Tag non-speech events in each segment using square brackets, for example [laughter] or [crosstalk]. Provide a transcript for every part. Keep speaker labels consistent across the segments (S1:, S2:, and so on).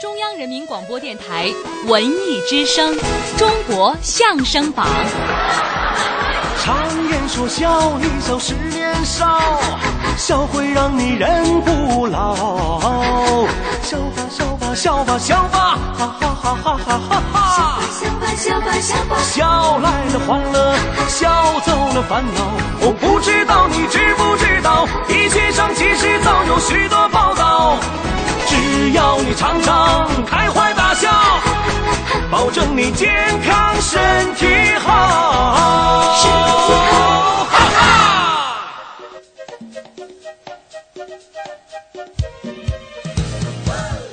S1: 中央人民广播电台文艺之声《中国相声榜》。
S2: 常言说笑，你笑十年少，笑会让你人不老。笑吧笑吧笑吧笑吧，哈哈哈哈哈哈哈！
S3: 笑吧笑吧笑吧
S2: 笑来了欢乐，笑走了烦恼。我不知道你知不知道，医学上其实早有许多报道。只要你常常开怀大笑，保证你健康身体好。身体好，哈哈。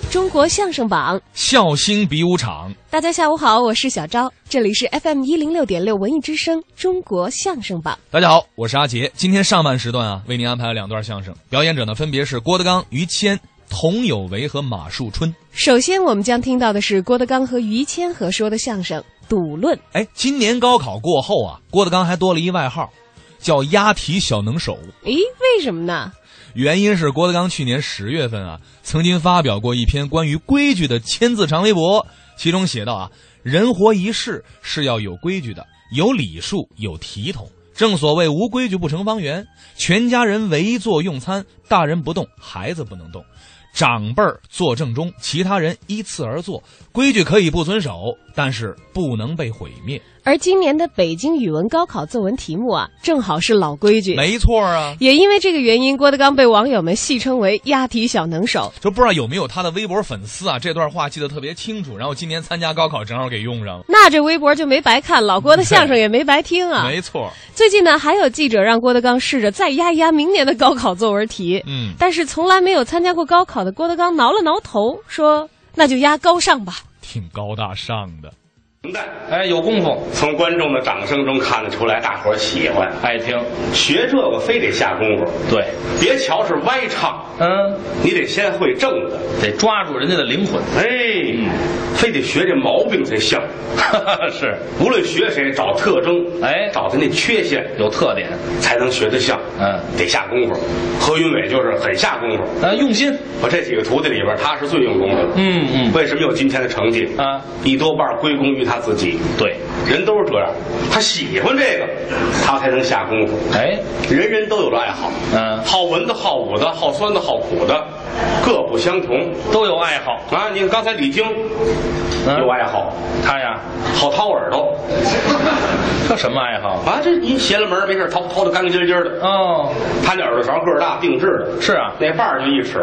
S4: 中国相声榜，
S5: 笑星比武场，
S4: 大家下午好，我是小昭，这里是 FM 一零六点六文艺之声《中国相声榜》。
S5: 大家好，我是阿杰。今天上半时段啊，为您安排了两段相声，表演者呢分别是郭德纲、于谦、佟有为和马树春。
S4: 首先，我们将听到的是郭德纲和于谦合说的相声《赌论》。
S5: 哎，今年高考过后啊，郭德纲还多了一外号，叫“押题小能手
S4: 咦，为什么呢？”。
S5: 原因是郭德纲去年十月份啊，曾经发表过一篇关于规矩的千字长微博，其中写道啊：“人活一世是要有规矩的，有礼数，有体统。正所谓无规矩不成方圆。全家人围坐用餐，大人不动，孩子不能动。”长辈儿坐正中，其他人依次而坐。规矩可以不遵守，但是不能被毁灭。
S4: 而今年的北京语文高考作文题目啊，正好是老规矩。
S5: 没错啊，
S4: 也因为这个原因，郭德纲被网友们戏称为“押题小能手
S5: 就不知道有没有他的微博粉丝啊，这段话记得特别清楚。然后今年参加高考正好给用上”。了，
S4: 那这微博就没白看，老郭的相声也没白听啊。
S5: 没错，
S4: 最近呢，还有记者让郭德纲试着再压一压明年的高考作文题，
S5: 嗯，
S4: 但是从来没有参加过高考的郭德纲挠了挠头，说：“那就压高尚吧。
S5: 挺高大上的。
S6: 明白。
S7: 哎，有功夫，
S6: 从观众的掌声中看得出来，大伙儿喜欢。
S7: 爱听。
S6: 学这个非得下功夫，
S7: 对，
S6: 别瞧是歪唱，
S7: 嗯，
S6: 你得先会正的。
S7: 得抓住人家的灵魂。嗯
S6: 哎，非得学这毛病才像。
S7: [laughs] 是，
S6: 无论学谁，找特征，
S7: 哎
S6: 找他那缺陷，
S7: 有特点，
S6: 才能学得像。
S7: 嗯
S6: 得下功夫。何云伟就是很下功夫。
S7: 呃，用心。
S6: 我这几个徒弟里边，他是最用功的。
S7: 嗯嗯
S6: 为什么有今天的成绩？
S7: 啊，
S6: 一多半归功于他自己。
S7: 对，
S6: 人都是这样，他喜欢这个，他才能下功夫。
S7: 哎，
S6: 人人都有了爱好，
S7: 嗯
S6: 好文的、好武的、好酸的、好苦的，各不相同
S7: 都有爱好。
S6: 啊！你看刚才李菁
S7: 嗯
S6: 有爱好，
S7: 他呀，
S6: 好掏耳朵
S7: 这什么爱好？
S6: 啊！这你闲了门儿没事儿掏掏的干干净净的。
S7: 哦，
S6: 他那耳朵勺个儿大，定制的，
S7: 是啊
S6: 那把儿就一尺，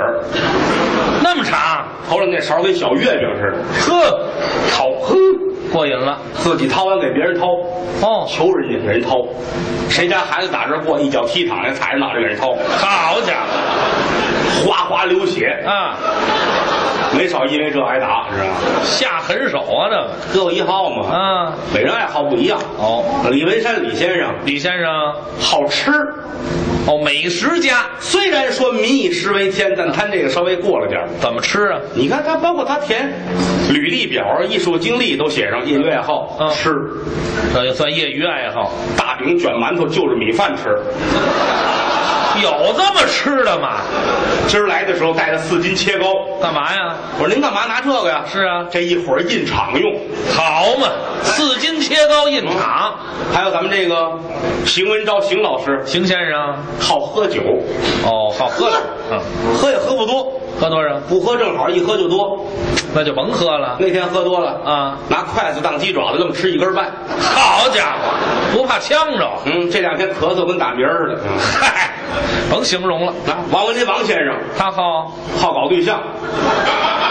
S7: 那么长，
S6: 头上那勺跟小月饼似的，
S7: 呵，
S6: 掏，哼，
S7: 过瘾了。
S6: 自己掏完给别人掏，
S7: 哦，
S6: 求人家给人掏，谁家孩子打这过，一脚踢躺下，踩着脑袋给 [laughs] 人掏，
S7: 好家伙
S6: 哗哗流血，
S7: 啊，
S6: 没少因为这挨打，知道吗？
S7: 下狠手啊，这个。
S6: 各有一好嘛，
S7: 啊，
S6: 每人爱好不一样。
S7: 哦，
S6: 啊李文山李先生
S7: 李先生，
S6: 好吃，
S7: 哦，美食家，
S6: 虽然说民以食为天，但他这个稍微过了点儿。
S7: 怎么吃啊？
S6: 你看他，包括他填履历表、艺术经历都写上业余爱好，
S7: 嗯
S6: 吃
S7: 这就算业余爱好。
S6: 大饼卷馒头就着米饭吃。
S7: [laughs] 有这么吃的吗？
S6: 今儿来的时候带了四斤切糕，
S7: 干嘛呀？
S6: 我说您干嘛拿这个呀？
S7: 是啊
S6: 这一会儿印厂用。
S7: 好嘛，四斤切糕印厂，
S6: 嗯还有咱们这个邢文昭邢老师
S7: 邢先生。
S6: 好喝酒，
S7: 哦，好喝点儿，嗯，
S6: 喝也喝不多，
S7: 喝多少？
S6: 不喝正好，一喝就多。
S7: 那就甭喝了。
S6: 那天喝多了
S7: 啊，
S6: 拿筷子当鸡爪子，那么吃一根半。
S7: 好家伙，不怕呛着。
S6: 嗯，这两天咳嗽跟打鸣儿似的。嗯
S7: 嗨，甭形容了，
S6: 啊，王文林王先生
S7: 他好
S6: 好搞对象，
S7: [laughs]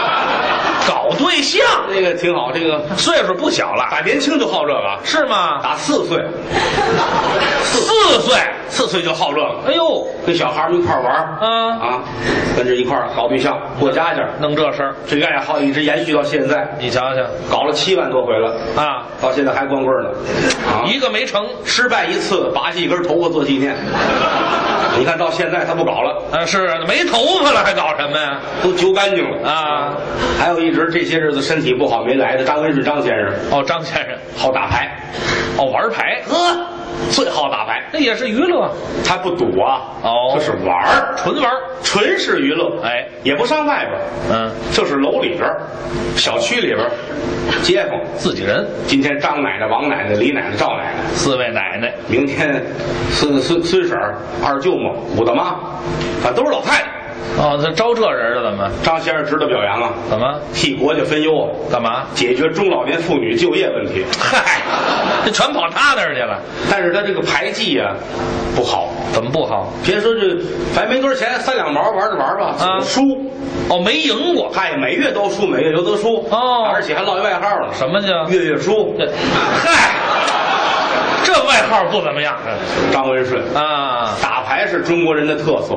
S7: 搞对象，
S6: 那个挺好。这个
S7: 岁数不小了，
S6: 打年轻就好这个，
S7: 是吗？
S6: 打四岁，
S7: 四岁，
S6: 四岁就好这个，
S7: 哎呦，
S6: 跟小孩儿们一块儿玩儿
S7: 啊
S6: 啊，跟这一块儿搞对象，过家家。
S7: 弄这事儿，
S6: 这个爱好一直延续到现在，
S7: 你瞧瞧
S6: 搞了七万多回了，
S7: 啊，
S6: 到现在还光棍儿呢。啊，
S7: 一个没成，
S6: 失败一次，拔下一根头发做纪念。你看到现在他不搞了。
S7: 啊，是啊没头发了还搞什么呀？
S6: 都揪干净了
S7: 啊！
S6: 还有一直这些日子身体不好没来的张文顺张先生，
S7: 哦，张先生，
S6: 好打牌，
S7: 哦，玩牌，
S6: 呵，最好打牌，
S7: 那也是娱乐，
S6: 他不赌啊，
S7: 哦
S6: 就是玩儿，
S7: 纯玩儿。
S6: 纯是娱乐，
S7: 哎，
S6: 也不上外边，
S7: 嗯，
S6: 就是楼里边儿、小区里边儿、街坊。
S7: 自己人，
S6: 今天张奶奶、王奶奶、李奶奶、赵奶奶，
S7: 四位奶奶，
S6: 明天孙孙孙婶儿、二舅母、武大妈，反正都是老太太。
S7: 哦，他招这人了，怎么？
S6: 张先生值得表扬啊，
S7: 怎么？
S6: 替国家分忧啊，
S7: 干嘛？
S6: 解决中老年妇女就业问题。 [laughs]
S7: 嗨，这全跑他那儿去了，
S6: 但是他这个牌技啊不好，
S7: 怎么不好？
S6: 别说这反正没多少钱，三两毛玩着玩吧，
S7: 啊
S6: 输。
S7: 哦，没赢过，
S6: 嗨，每月都输，每月都得输
S7: 哦
S6: 而且还落一外号呢，
S7: 什么叫？
S6: 月月输。
S7: 这嗨， [laughs] 这外号不怎么样
S6: 哎张文顺，
S7: 啊。
S6: 打牌是中国人的特色。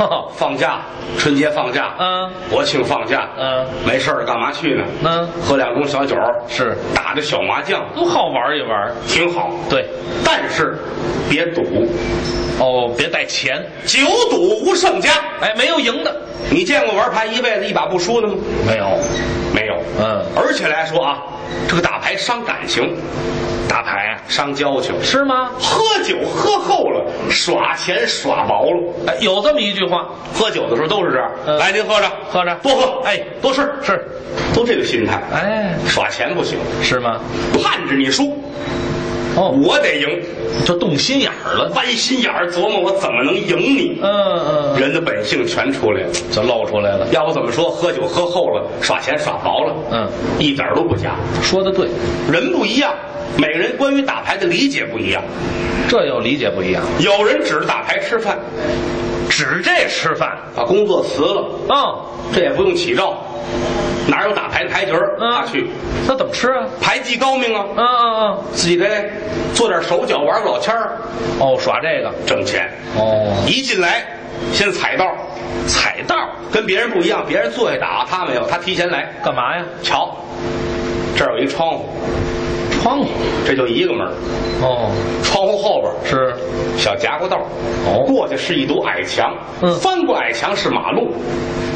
S7: 哦，
S6: 放假，春节放假，
S7: 嗯，
S6: 国庆放假，
S7: 嗯，
S6: 没事儿干嘛去呢？
S7: 嗯
S6: 喝两盅小酒，
S7: 是
S6: 打着小麻将，
S7: 都好玩一玩。
S6: 挺好。
S7: 对，
S6: 但是别赌，
S7: 哦，别带钱，
S6: 久赌无胜家。
S7: 哎，没有赢的，
S6: 你见过玩牌一辈子一把不输的吗？
S7: 没有。
S6: 没有。
S7: 嗯
S6: 而且来说啊，这个打牌伤感情，
S7: 打牌啊
S6: 伤交情。
S7: 是吗？
S6: 喝酒喝厚了，耍钱耍薄了。
S7: 哎，有这么一句话，
S6: 喝酒的时候都是这样，
S7: 嗯
S6: 来您喝着，
S7: 喝着
S6: 多喝，哎，多吃，
S7: 是，
S6: 都这个心态。
S7: 哎，
S6: 耍钱不行，
S7: 是吗？
S6: 盼着你输，
S7: 哦，
S6: 我得赢，
S7: 就动心眼儿了。
S6: 弯心眼儿琢磨我怎么能赢你。
S7: 嗯嗯，
S6: 人的本性全出来了，
S7: 就露出来了。
S6: 要不怎么说喝酒喝厚了，耍钱耍薄了？
S7: 嗯，
S6: 一点儿都不假。
S7: 说的对，
S6: 人不一样，每个人关于打牌的理解不一样。
S7: 这又理解不一样。
S6: 有人只是打牌吃饭，
S7: 指这吃饭，
S6: 把工作辞了，
S7: 嗯
S6: 这也不用起照，哪有打牌的台局儿？
S7: 嗯，
S6: 他去，
S7: 那怎么吃啊？
S6: 牌技高明啊，
S7: 嗯嗯嗯，
S6: 自己得做点手脚，玩个老签儿，
S7: 哦，耍这个，
S6: 挣钱。
S7: 哦，
S6: 一进来先踩道，踩道跟别人不一样，别人坐下打他没有，他提前来。
S7: 干嘛呀？
S6: 瞧，这儿有一窗户，
S7: 窗户，
S6: 这就一个门儿，
S7: 哦，
S6: 窗户后边儿
S7: 是，
S6: 小夹过道，
S7: 哦
S6: 过去是一堵矮墙，
S7: 嗯
S6: 翻过矮墙是马路，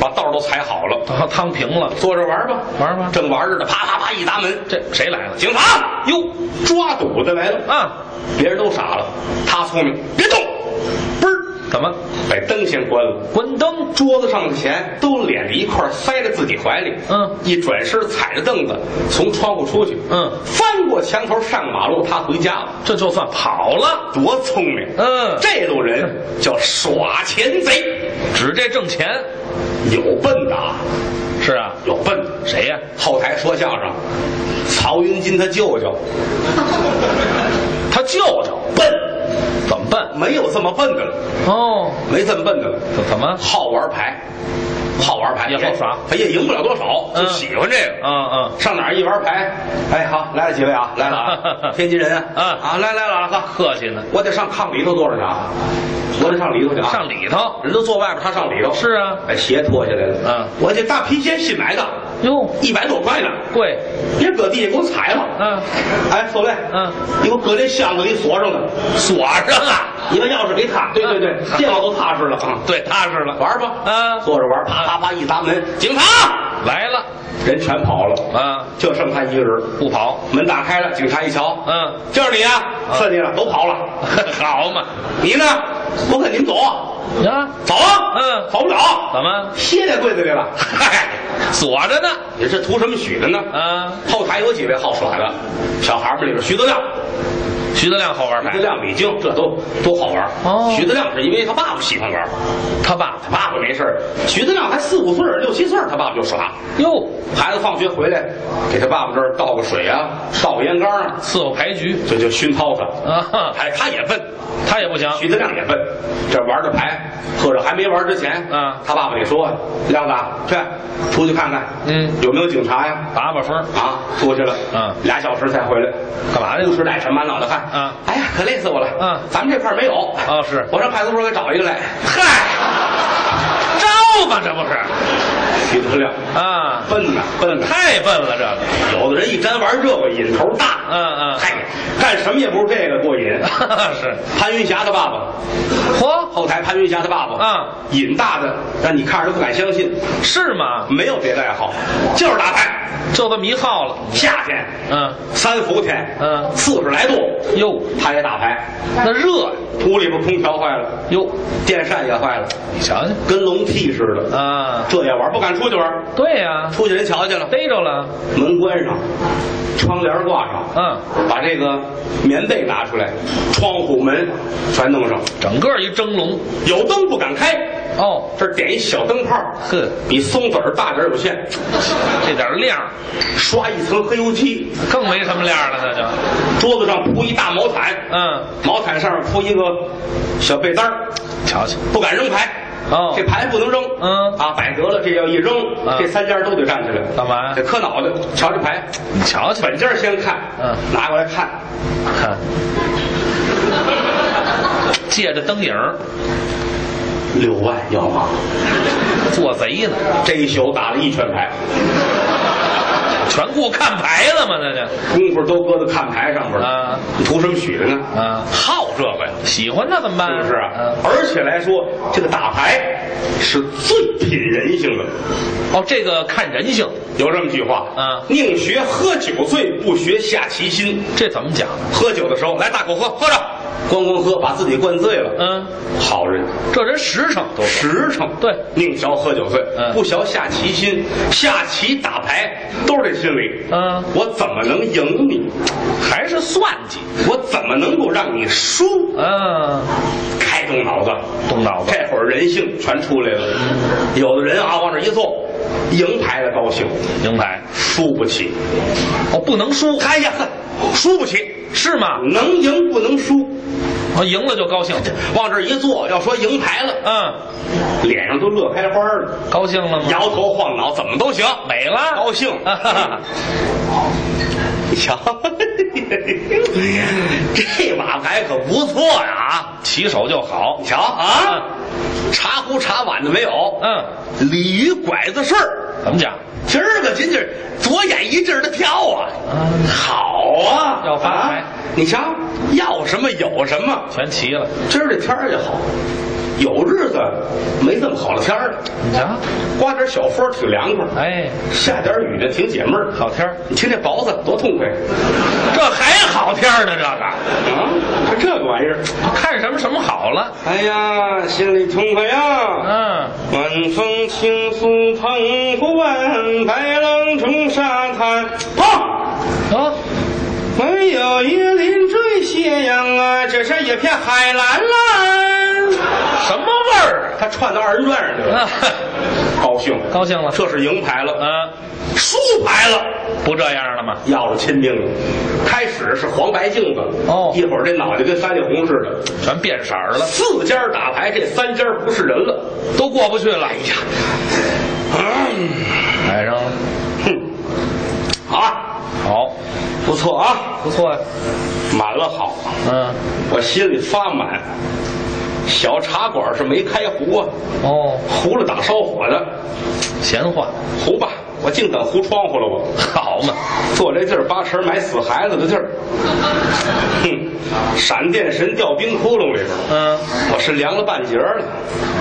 S6: 把道儿都踩好了，
S7: 啊，烫平了。
S6: 坐这玩儿吧，
S7: 玩儿吧
S6: 正玩着呢，啪啪啪一砸门，
S7: 这谁来了？
S6: 警察哟，抓赌的来了，
S7: 啊，
S6: 别人都傻了，他聪明，别动，嘣儿
S7: 怎么
S6: 把灯先关了。
S7: 关灯？
S6: 桌子上的钱都敛着一块儿，塞在自己怀里。
S7: 嗯
S6: 一转身踩着凳子从窗户出去。
S7: 嗯
S6: 翻过墙头上马路，他回家了，
S7: 这就算跑了。
S6: 多聪明！
S7: 嗯
S6: 这路人叫耍钱贼，
S7: 指这挣钱。
S6: 有笨的啊，
S7: 是啊，
S6: 有笨的。
S7: 谁呀、
S6: 后台说相声，曹云金他舅舅
S7: [laughs] 他舅舅
S6: 笨，
S7: 怎么办？
S6: 没有这么笨的了，
S7: 哦，
S6: 没这么笨的了，
S7: 怎怎么？
S6: 好玩牌，好玩牌
S7: 也好耍
S6: 他也赢不了多少，
S7: 嗯
S6: 就喜欢这个。
S7: 嗯，
S6: 上哪儿一玩牌？哎，好，来了几位啊，来了啊
S7: [laughs]
S6: 天津人啊，
S7: 嗯
S6: 啊，来来了啊，
S7: 嗯，
S6: 哥，
S7: 客气呢，
S6: 我得上炕里头坐着去啊，我得上里头去啊，
S7: 上里头。
S6: 人都坐外边，他上里头，
S7: 是啊，
S6: 把鞋脱下来了，
S7: 嗯
S6: 我这大皮鞋新买的，
S7: 哟，
S6: 一百多块呢，
S7: 贵，
S6: 人搁地下给我踩了，
S7: 嗯，
S6: 哎，受累，
S7: 嗯，
S6: 你给我搁这箱子里锁上了，
S7: 锁上啊，
S6: [laughs] 你把钥匙给他，对对对
S7: 嗯，
S6: 这我都踏实了啊，
S7: 对，踏实了。
S6: 玩吧，
S7: 嗯
S6: 坐着玩，啪啪啪一砸门，警察，
S7: 来了
S6: 人全跑了，
S7: 啊，
S6: 就剩他一个人。
S7: 不跑，
S6: 门打开了，警察一瞧，
S7: 嗯，
S6: 就是你啊，算你了，都跑了。
S7: [laughs] 好嘛，
S6: 你呢？我跟你们走啊，
S7: 啊，
S6: 走啊，
S7: 嗯
S6: 跑不了，
S7: 怎么
S6: 歇在柜子里了。
S7: 嗨，锁着呢？
S6: 你是图什么许的呢？
S7: 啊，
S6: 后台有几位好耍的，小孩们里边，徐德亮、
S7: 徐德亮好玩
S6: 徐
S7: 牌
S6: 德，亮、李菁，这都都好玩。
S7: 哦
S6: 徐德亮是因为他爸爸喜欢玩，
S7: 他爸爸
S6: 他爸爸没事儿徐德亮还四五岁儿，六七岁儿，他爸爸就耍。
S7: 哟，
S6: 孩子放学回来，给他爸爸这儿倒个水啊，倒个烟缸啊，
S7: 伺候牌局
S6: 这就熏陶他。
S7: 啊，哈
S6: 哎，他也笨，
S7: 他也不行，
S6: 徐德亮也笨，这玩着牌，或者还没玩之前，
S7: 嗯
S6: 他爸爸得说，亮子啊去出去看看，
S7: 嗯
S6: 有没有警察呀？
S7: 打把分儿，
S6: 啊，出去了，
S7: 嗯
S6: 俩小时才回来，
S7: 干嘛去
S6: 护士带着满脑袋汗，
S7: 嗯
S6: 哎呀，可累死我了，
S7: 嗯
S6: 咱们这块儿没有，
S7: 哦是
S6: 我上派出所给找一个来，
S7: 嗨，招吧，这不是？
S6: 许德亮
S7: 啊
S6: 笨呐，笨呐。
S7: 太笨了，这个
S6: 有的人一沾玩这个瘾头大，
S7: 嗯嗯
S6: 嗨，干什么也不是这个过瘾。
S7: 是，
S6: 潘云霞他爸爸，
S7: 嚯，
S6: 后台潘云霞他爸爸
S7: 啊，
S6: 瘾大的让你看着都不敢相信，
S7: 是吗？
S6: 没有别的爱好，就是打牌。
S7: 就这么一耗了，
S6: 夏天，
S7: 嗯，
S6: 三伏天，
S7: 嗯
S6: 四十来度，
S7: 哟，
S6: 他也打牌，
S7: 那热
S6: 屋里边空调坏了，
S7: 哟，
S6: 电扇也坏了，
S7: 你瞧瞧
S6: 跟笼屉似的。
S7: 啊，
S6: 这也玩，不敢出去玩，
S7: 对呀、
S6: 出去人瞧见了，
S7: 逮着了，
S6: 门关上，窗帘挂上，
S7: 嗯，
S6: 把这个棉被拿出来，窗户门全弄上，
S7: 整个一蒸笼，
S6: 有灯不敢开，
S7: 哦，
S6: 这儿点一小灯泡，
S7: 呵，
S6: 比松子儿大点儿有限，
S7: 这点亮
S6: 刷一层黑油漆，
S7: 更没什么亮了，那就，
S6: 桌子上铺一大毛毯，
S7: 嗯，
S6: 毛毯上面铺一个小被单儿，
S7: 瞧瞧，
S6: 不敢扔牌。
S7: 哦
S6: 这牌不能扔，
S7: 嗯
S6: 啊，摆得了，这要一扔，
S7: 嗯
S6: 这三家都得站起来，
S7: 干嘛呀
S6: 得磕脑袋，瞧这牌，
S7: 你瞧瞧，
S6: 本家先看，
S7: 嗯
S6: 拿过来看，
S7: 看，借着灯影儿
S6: 六万要吗？
S7: 做贼呢，
S6: 这一宿打了一圈牌，
S7: 全顾看牌了嘛，那就
S6: 功夫都搁在看牌上边了。
S7: 啊
S6: 你图什么许的呢？
S7: 啊
S6: 好这个呀，
S7: 喜欢那怎么办？
S6: 是不是啊？
S7: 嗯
S6: 而且来说，这个打牌是最品人性的。
S7: 哦，这个看人性，
S6: 有这么句话
S7: 啊
S6: 宁学喝酒醉，不学下棋心。
S7: 这怎么讲？啊
S6: 喝酒的时候，来大口喝，喝着，咣咣喝，把自己灌醉了。
S7: 嗯，
S6: 好人
S7: 这人实诚都是，
S6: 实诚，
S7: 对
S6: 宁学喝酒醉，
S7: 嗯
S6: 不学下棋心。下棋打牌都是这心理。
S7: 嗯
S6: 我怎么能赢你？
S7: 还是算计，
S6: 我怎么能够让你输？
S7: 嗯，
S6: 开动脑子，
S7: 动脑子嗯
S6: 这会儿人性全出来了。有的人啊，往这一坐，赢牌了高兴，
S7: 赢牌，
S6: 输不起。
S7: 哦，不能输，
S6: 看一下，输不起，
S7: 是吗？
S6: 能赢不能输。
S7: 哦，赢了就高兴，
S6: 往这一坐，要说赢牌了，
S7: 嗯，
S6: 脸上都乐开花了，
S7: 高兴了吗？
S6: 摇头晃脑，怎么都行，
S7: 美了，
S6: 高
S7: [laughs]
S6: 兴。你瞧，这把牌可不错呀啊！
S7: 起手就好
S6: 你，瞧啊，茶壶茶碗的没有，
S7: 嗯，
S6: 鲤鱼拐子事儿，
S7: 怎么讲？
S6: 今儿个今儿左眼一阵儿的跳啊，
S7: 嗯
S6: 好啊，
S7: 要发财
S6: 啊你瞧，要什么有什么，
S7: 全齐了，
S6: 今儿这天儿也好，有日子没这么好的天儿了，
S7: 你瞧，
S6: 刮点小风儿挺凉快，
S7: 哎，
S6: 下点雨呢挺解闷儿。
S7: 好天儿，
S6: 你听这雹子多痛快
S7: 这还好天儿呢，这个
S6: 啊！就这个玩意儿，
S7: 看什么什么好了，
S6: 哎呀，心里痛快呀！
S7: 嗯，
S6: 晚风轻拂澎湖湾，白浪冲沙滩。砰！
S7: 啊，
S6: 没有椰林缀斜阳啊，只是一片海蓝蓝。
S7: 什么味儿
S6: 啊他串到二人转上去
S7: 啊
S6: 了，？高兴，
S7: 高兴了，
S6: 这是赢牌了，
S7: 嗯，
S6: 输牌了，
S7: 不这样了吗？
S6: 要了亲命了。开始是黄白镜子，
S7: 哦
S6: 一会儿这脑袋跟番茄红似的。
S7: 全变色儿了，
S6: 四家打牌，这三家不是人了。
S7: 都过不去了。哎呀，
S6: 嗯
S7: 买上了，
S6: 哼，好啊，
S7: 好，
S6: 不错啊，
S7: 不错呀。
S6: 满了好，
S7: 嗯，
S6: 我心里发满。小茶馆是没开壶啊，
S7: 哦，
S6: 糊了打烧火的，
S7: 闲话，
S6: 糊吧，我净等糊窗户了我。
S7: 好嘛，
S6: 坐这地儿八成埋死孩子的地儿，哼，闪电神掉冰窟窿里边儿，
S7: 嗯，
S6: 我是凉了半截儿了。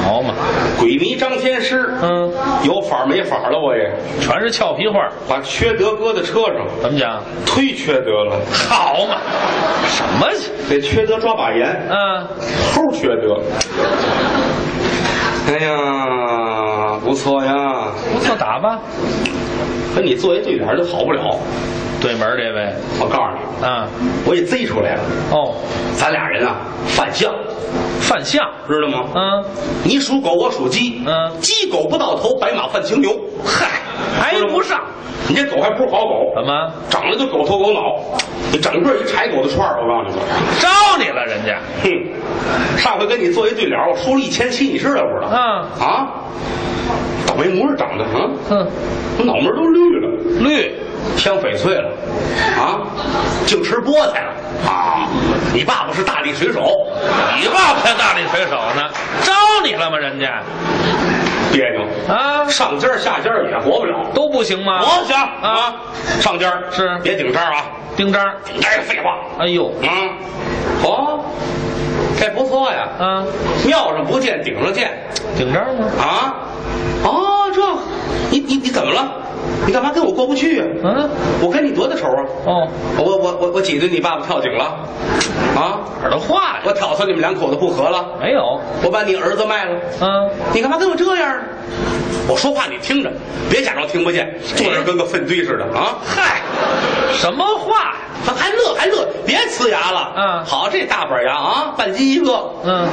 S7: 好嘛，
S6: 鬼迷张天师，
S7: 嗯，
S6: 有法儿没法儿了，我也
S7: 全是俏皮话，
S6: 把缺德搁在车上，
S7: 怎么讲？
S6: 忒缺德了。
S7: 好嘛，什么？
S6: 给缺德抓把盐，
S7: 嗯，
S6: 齁缺德。哎呀，不错呀，
S7: 不错，打吧。
S6: 跟你做一对联儿就好不了。
S7: 对门这位，
S6: 我告诉你，
S7: 啊，
S6: 我也贼出来了，
S7: 哦，
S6: 咱俩人啊犯相，
S7: 范相，
S6: 知道吗？
S7: 嗯，
S6: 你属狗，我属鸡，
S7: 嗯
S6: 鸡狗不到头，白马犯青牛。嗨，
S7: 挨不上，
S6: 你这狗还不是好狗，
S7: 怎么
S6: 长得就狗头狗脑，你整个一柴狗的串儿，我告诉你吧。
S7: 招你了？人家，
S6: 哼，上回跟你做一对联儿，我输了一千七，你知道不知道？
S7: 嗯
S6: 啊，倒霉模样长得，啊，
S7: 哼，
S6: 我脑门儿都绿了，
S7: 绿，
S6: 香翡翠了，啊，净吃菠菜了啊！你爸爸是大力水手，
S7: 你爸爸才大力水手呢，招你了吗？人家，
S6: 别扭。
S7: 啊，
S6: 上尖儿下尖儿也活不了，
S7: 都不行吗？
S6: 我想
S7: 啊，
S6: 上尖儿
S7: 是
S6: 别顶渣儿啊，
S7: 丁章，
S6: 顶渣儿也废话。
S7: 哎呦，
S6: 嗯，哦，这不错呀，
S7: 啊，
S6: 庙上不见顶上见
S7: 顶章吗？
S6: 啊，哦，这你你你怎么了？你干嘛跟我过不去啊？
S7: 嗯，
S6: 我跟你多大仇啊？
S7: 哦，
S6: 我我我我挤兑你爸爸跳井了，啊，
S7: 耳朵话
S6: 我挑唆你们两口子不和了，
S7: 没有？
S6: 我把你儿子卖了，
S7: 嗯，
S6: 你干嘛跟我这样啊？我说话你听着，别假装听不见，坐那儿跟个粪堆似的啊！嗨，
S7: 什么话？
S6: 还还乐还乐，别呲牙了。
S7: 嗯
S6: 好，这大板牙啊，半斤一个。
S7: 嗯，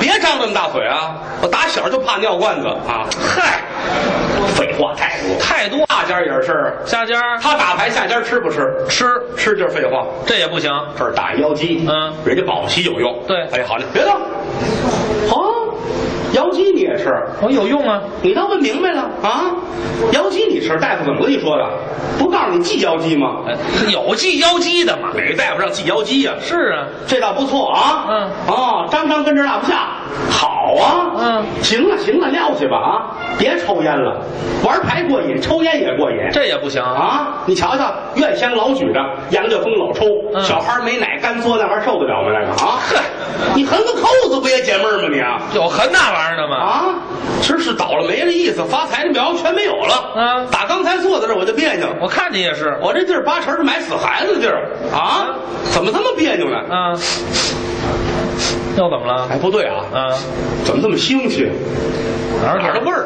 S6: 别张那么大嘴啊！我打小就怕尿罐子啊！嗨，废话太多。
S7: 太多。
S6: 大家也是事儿，
S7: 下家
S6: 他打牌下家吃不吃？
S7: 吃，
S6: 吃就是废话。
S7: 这也不行。
S6: 这儿打腰肌，
S7: 嗯
S6: 人家保不齐有用。
S7: 对
S6: 哎，好嘞，别动。哦，腰肌你也吃？
S7: 我有用啊。
S6: 你倒问明白了啊！腰肌你吃，大夫怎么跟你说的？不告诉你系腰肌吗？
S7: 哎有系腰肌的吗？
S6: 哪个大夫让系腰肌呀、
S7: 是啊，
S6: 这倒不错啊。
S7: 嗯
S6: 哦，张张跟这儿落不下，好啊。
S7: 嗯
S6: 行了行了，撂下吧啊！别抽烟了，玩牌过瘾，抽烟也过瘾。
S7: 这也不行。
S6: 啊，你瞧瞧，院香老举着，杨家风老抽，
S7: 嗯
S6: 小孩没奶干嘬，那玩意儿受得了吗？那个
S7: [laughs]
S6: 啊，你横个扣子不也解闷儿吗？你啊。
S7: 有含那玩意儿的吗？
S6: 啊，真是倒了霉的意思，发财的苗全没有了。
S7: 嗯
S6: 打刚才坐在这儿我就别扭，
S7: 我看你也是。
S6: 我这地儿八成是埋死孩子的地儿啊，怎么这么别扭呢？
S7: 啊，又怎么了？
S6: 哎，不对啊，
S7: 啊，
S6: 怎么这么腥气？
S7: 哪儿
S6: 哪儿的味
S7: 儿？
S6: 儿？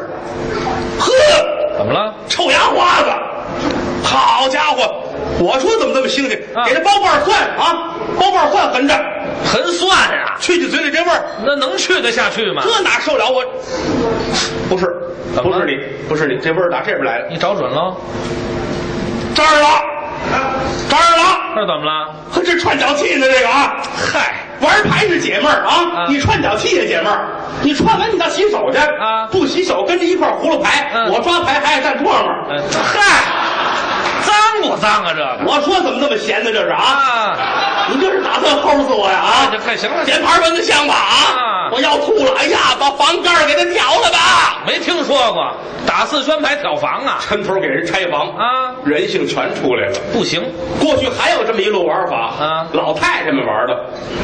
S6: 呵，
S7: 怎么了？
S6: 臭牙花子！好家伙，我说怎么这么腥气？
S7: 啊
S6: 给他包瓣蒜啊，包瓣蒜横着，
S7: 很蒜啊，
S6: 去去嘴里这味儿，
S7: 那能去得下去吗？
S6: 这哪受了我？不是，
S7: 怎
S6: 不
S7: 么了
S6: 是你，不是你，这味儿打这边来的，
S7: 你找准喽，
S6: 这儿了，这儿了，
S7: 这怎么了？
S6: 呵，这串脚气呢这个啊！嗨，玩牌是解闷儿啊
S7: 啊，
S6: 你串脚气也解闷儿。你串完你到洗手去
S7: 啊
S6: 不洗手跟着一块儿葫芦牌，
S7: 嗯
S6: 我抓牌还爱站桌上面。
S7: 哎，嗨，脏不脏啊？这个
S6: 我说怎么那么闲呢？这是啊，
S7: 啊，
S6: 你这是打算齁死我呀啊
S7: 哎这！快行了，
S6: 捡盘蚊子香吧啊
S7: 啊！
S6: 我要吐了！哎呀，把房盖儿给它挑了吧！
S7: 没听说过打四圈牌挑房啊？
S6: 抻头给人拆房
S7: 啊
S6: 人性全出来了。
S7: 不行
S6: 过去还有这么一路玩法
S7: 啊
S6: 老太太们玩的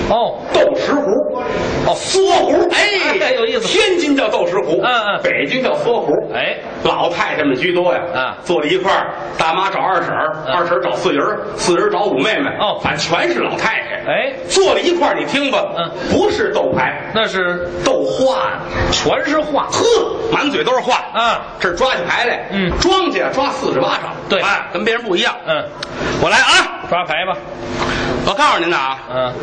S7: 哦，
S6: 斗石壶，哦，缩壶，哎，
S7: 哎有意思
S6: 天津叫斗石壶，
S7: 嗯嗯
S6: 北京叫缩壶，
S7: 哎，
S6: 老太太们居多呀，
S7: 啊
S6: 坐在一块儿，大妈找二婶儿，
S7: 嗯
S6: 二婶儿找四姨儿，四姨儿找五妹妹，
S7: 哦
S6: 反正全是老太太，
S7: 哎
S6: 坐在一块儿，你听吧，
S7: 嗯
S6: 不是斗牌，
S7: 那是
S6: 斗话呢，
S7: 全是话
S6: 呵，满嘴都是话，
S7: 啊，
S6: 这儿抓起牌来，
S7: 嗯
S6: 庄家抓四十八张，
S7: 对
S6: 哎，跟别人不一样，
S7: 嗯，
S6: 我来啊，
S7: 抓牌吧，
S6: 我告诉您呢啊，
S7: 嗯，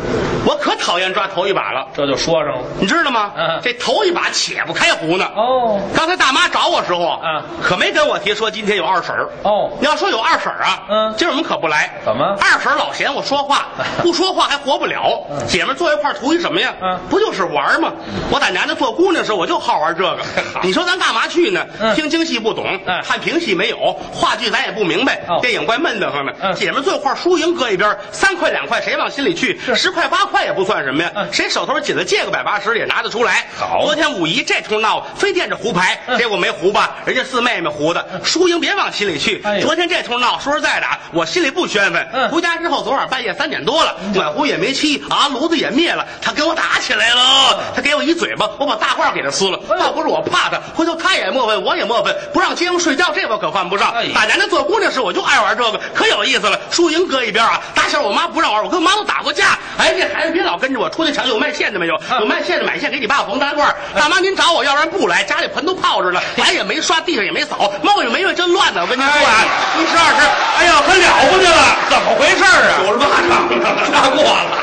S6: 我可讨厌抓头一把了，
S7: 这就说上了
S6: 你知道吗？
S7: 嗯
S6: 这头一把且不开胡呢。
S7: 哦
S6: 刚才大妈找我时候，
S7: 嗯
S6: 可没跟我提说今天有二婶儿。
S7: 哦，
S6: 你要说有二婶儿啊，
S7: 嗯
S6: 今儿我们可不来。
S7: 怎么
S6: 二婶儿老嫌我说
S7: [laughs]
S6: 话，不说话还活不了。姐们儿坐一块儿图一什么呀？
S7: 嗯
S6: 不就是玩儿吗？我在娘家做姑娘时，候，我就好玩这
S7: [laughs]
S6: 个。你说咱干嘛去呢？
S7: 嗯
S6: 听京戏不懂，
S7: 嗯
S6: 看评戏没有，话剧咱也不明白，
S7: 哦
S6: 电影怪闷得慌的。
S7: 嗯
S6: 姐们儿坐一块儿，输赢搁一边儿，三块两块谁往心里去？十块八块也不算什么呀。
S7: 嗯
S6: 谁手头紧了借个百八十也拿得出来。好，昨天五姨这通闹，非惦着胡牌，
S7: 嗯
S6: 结果没胡吧，人家四妹妹胡的，输赢别往心里去。
S7: 哎呦
S6: 昨天这通闹，说实在的啊，我心里不宣愤。
S7: 嗯
S6: 回家之后，昨晚半夜三点多了，暖壶也没沏啊，炉子也灭了，他跟我打起来了。他给我一嘴巴，我把大褂给他撕了。
S7: 嗯哎呦
S6: 倒不是我怕他，回头他也墨粪，我也墨粪，不让街坊睡觉，这我可犯不上
S7: 哎。呀
S6: 打娘家做姑娘时，我就爱玩这个，可有意思了。输赢搁一边啊，打小我妈不让玩，我跟我妈都打过架。哎，这孩子别老跟着我，出去抢有卖线的没有？有卖线的买线给你爸缝大褂。大妈您找我，要不然不来，家里盆都泡着了，碗也没刷，地上也没扫，猫也没喂，真乱呢。我跟您说啊，一十二十，哎呀，很了不得了，怎么回事啊？九十八 [laughs] 张刷过了。